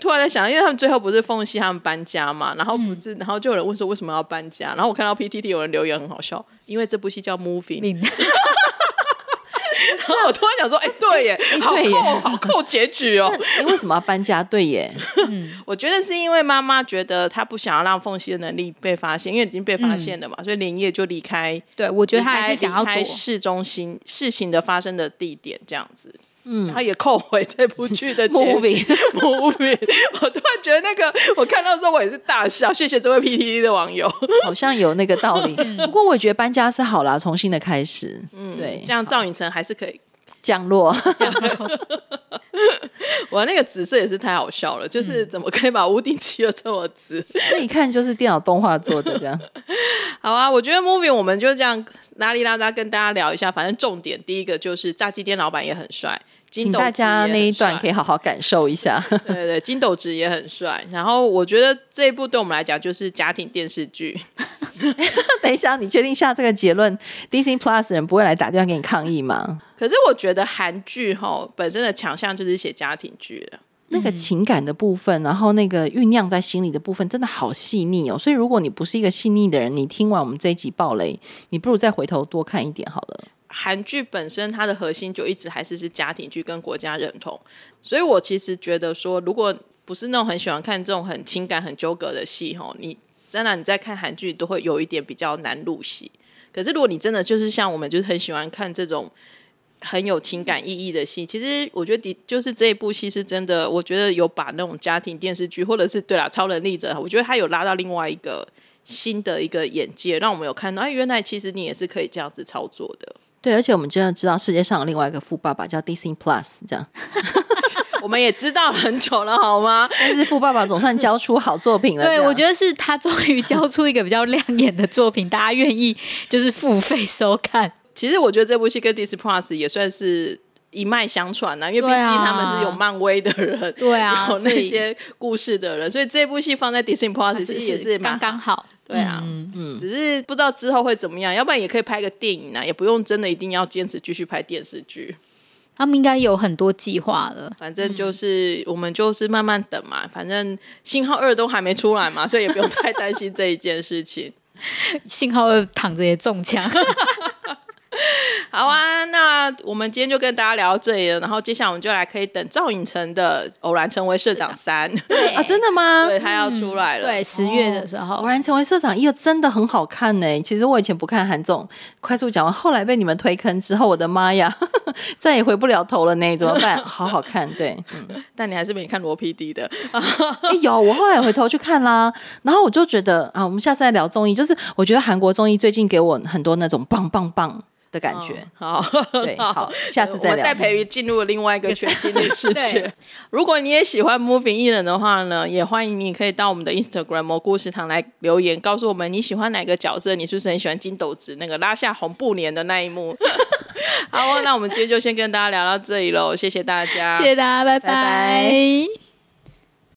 A: 突然在想，因为他们最后不是缝隙他们搬家嘛，然后不是，然后就有人问说为什么要搬家，然后我看到 PTT 有人留言很好笑，因为这部戏叫 Moving。然后我突然想说，哎、对耶，好
C: 对耶
A: 扣，好扣结局哦。
C: 你为什么要搬家？对耶，
A: 我觉得是因为妈妈觉得她不想要让缝隙的能力被发现，因为已经被发现了嘛，所以连夜就离开
B: (laughs) 对我觉得他还是
A: 离开
B: 想要
A: 离开
B: 躲，
A: 市中心事情的发生的地点这样子。嗯，他也扣回这部剧的 movie (laughs) movie，我突然觉得那个我看到之后我也是大笑，谢谢这位 PTT 的网友，
C: 好像有那个道理。
A: 嗯
C: 不过我觉得搬家是好啦，重新的开始。嗯，对，
A: 这样赵寅成还是可以。
C: 降落。 (laughs)
A: 我那个紫色也是太好笑了，
B: 嗯
A: 就是怎么可以把屋顶 (laughs) 漆的这么紫？
C: 那一看就是电脑动画做的这样。
A: 好啊，我觉得 movie 我们就这样拉里拉扎跟大家聊一下，反正重点第一个就是炸鸡店老板也很帅，金
C: 请
A: 斗
C: 大
A: 鸡也
C: 家
A: 很
C: 那一段
A: 帅
C: 可以好好感受一下。 (laughs)
A: 对对对，金斗植也很帅。然后我觉得这一部对我们来讲就是家庭电视剧，
C: 等一下，你确定下这个结论，Disney Plus 的人不会来打电话给你抗议吗？
A: 可是我觉得韩剧哈本身的强项就是写家庭剧了。
C: 那个情感的部分，然后那个酝酿在心里的部分，真的好细腻哦。所以，如果你不是一个细腻的人，你听完我们这一集爆雷，你不如再回头多看一点好了。
A: 韩剧本身它的核心就一直还是是家庭剧跟国家认同，所以我其实觉得说，如果不是那种很喜欢看这种很情感很纠葛的戏哈，你当然你在看韩剧都会有一点比较难入戏。可是如果你真的就是像我们就是很喜欢看这种很有情感意义的戏，其实我觉得的就是这一部戏是真的，我觉得有把那种家庭电视剧或者是对啦超能力者，我觉得他有拉到另外一个新的一个眼界，让我们有看到，哎，原来其实你也是可以这样子操作的。
C: 对，而且我们真的知道世界上有另外一个富爸爸叫 Disney Plus，这样，
A: (laughs) 我们也知道了很久了，好吗？
C: 但是富爸爸总算交出好作品
B: (laughs)
C: 了。
B: 对我觉
C: 得
B: 得是他终于交出一个比较亮眼的作品，大家愿意就是付费收看，
A: 其实我觉得这部戏跟 Disney Plus 也算是一脉相传呐、因为毕
B: 对
A: 竟
B: 啊
A: 他们是有漫威的人，
B: 对啊
A: 有
B: 所
A: 那
B: 以
A: 些故事的人，所以这部戏放在 Disney Plus 其实也是蛮
B: 刚刚好，
A: 对啊，嗯，只是不知道之后会怎么样，要不然也可以拍个电影啊，也不用真的一定要坚持继续拍电视剧，
B: 他们应该有很多计划了。
A: 反正就是、我们就是慢慢等嘛，反正信号二都还没出来嘛，所以也不用太担心这一件事情。
B: 幸好二躺着也中枪，
A: 好啊，那我们今天就跟大家聊到这里了，然后接下来我们就来可以等赵寅成的《偶然成为社长三》
B: 对
C: 啊，嗯真的
A: (laughs)
C: 吗？
A: 对他哦要出来了。
B: (laughs) 对，十月的时候
C: 偶，然成为社长一真的很好看呢、其实我以前不看韩总，快速讲完，后来被你们推坑之后，我的妈呀， (laughs) 再也回不了头了呢，怎么办？好好看，对，嗯
A: 但你还是没看罗 PD 的，
C: 诶有我后来回头去看啦，然后我就觉得啊，我们下次再聊综艺，就是我觉得韩国综艺最近给我很多那种棒棒棒的感觉。
B: 嗯
A: 好，
C: 哦对
A: (laughs)
C: 好下次再聊
A: 我们带培瑜进入了另外一个全新的世
C: (laughs)
A: 界。如果你也喜欢 Moving 艺人的话呢，也欢迎你可以到我们的 Instagram 蘑菇食堂来留言，告诉我们你喜欢哪个角色，你是不是很喜欢金斗子那个拉下红布帘的那一幕？ (laughs) 好哦，那我们今天就先跟大家聊到这里喽，谢谢大家，
B: 谢谢大家，拜
C: 拜拜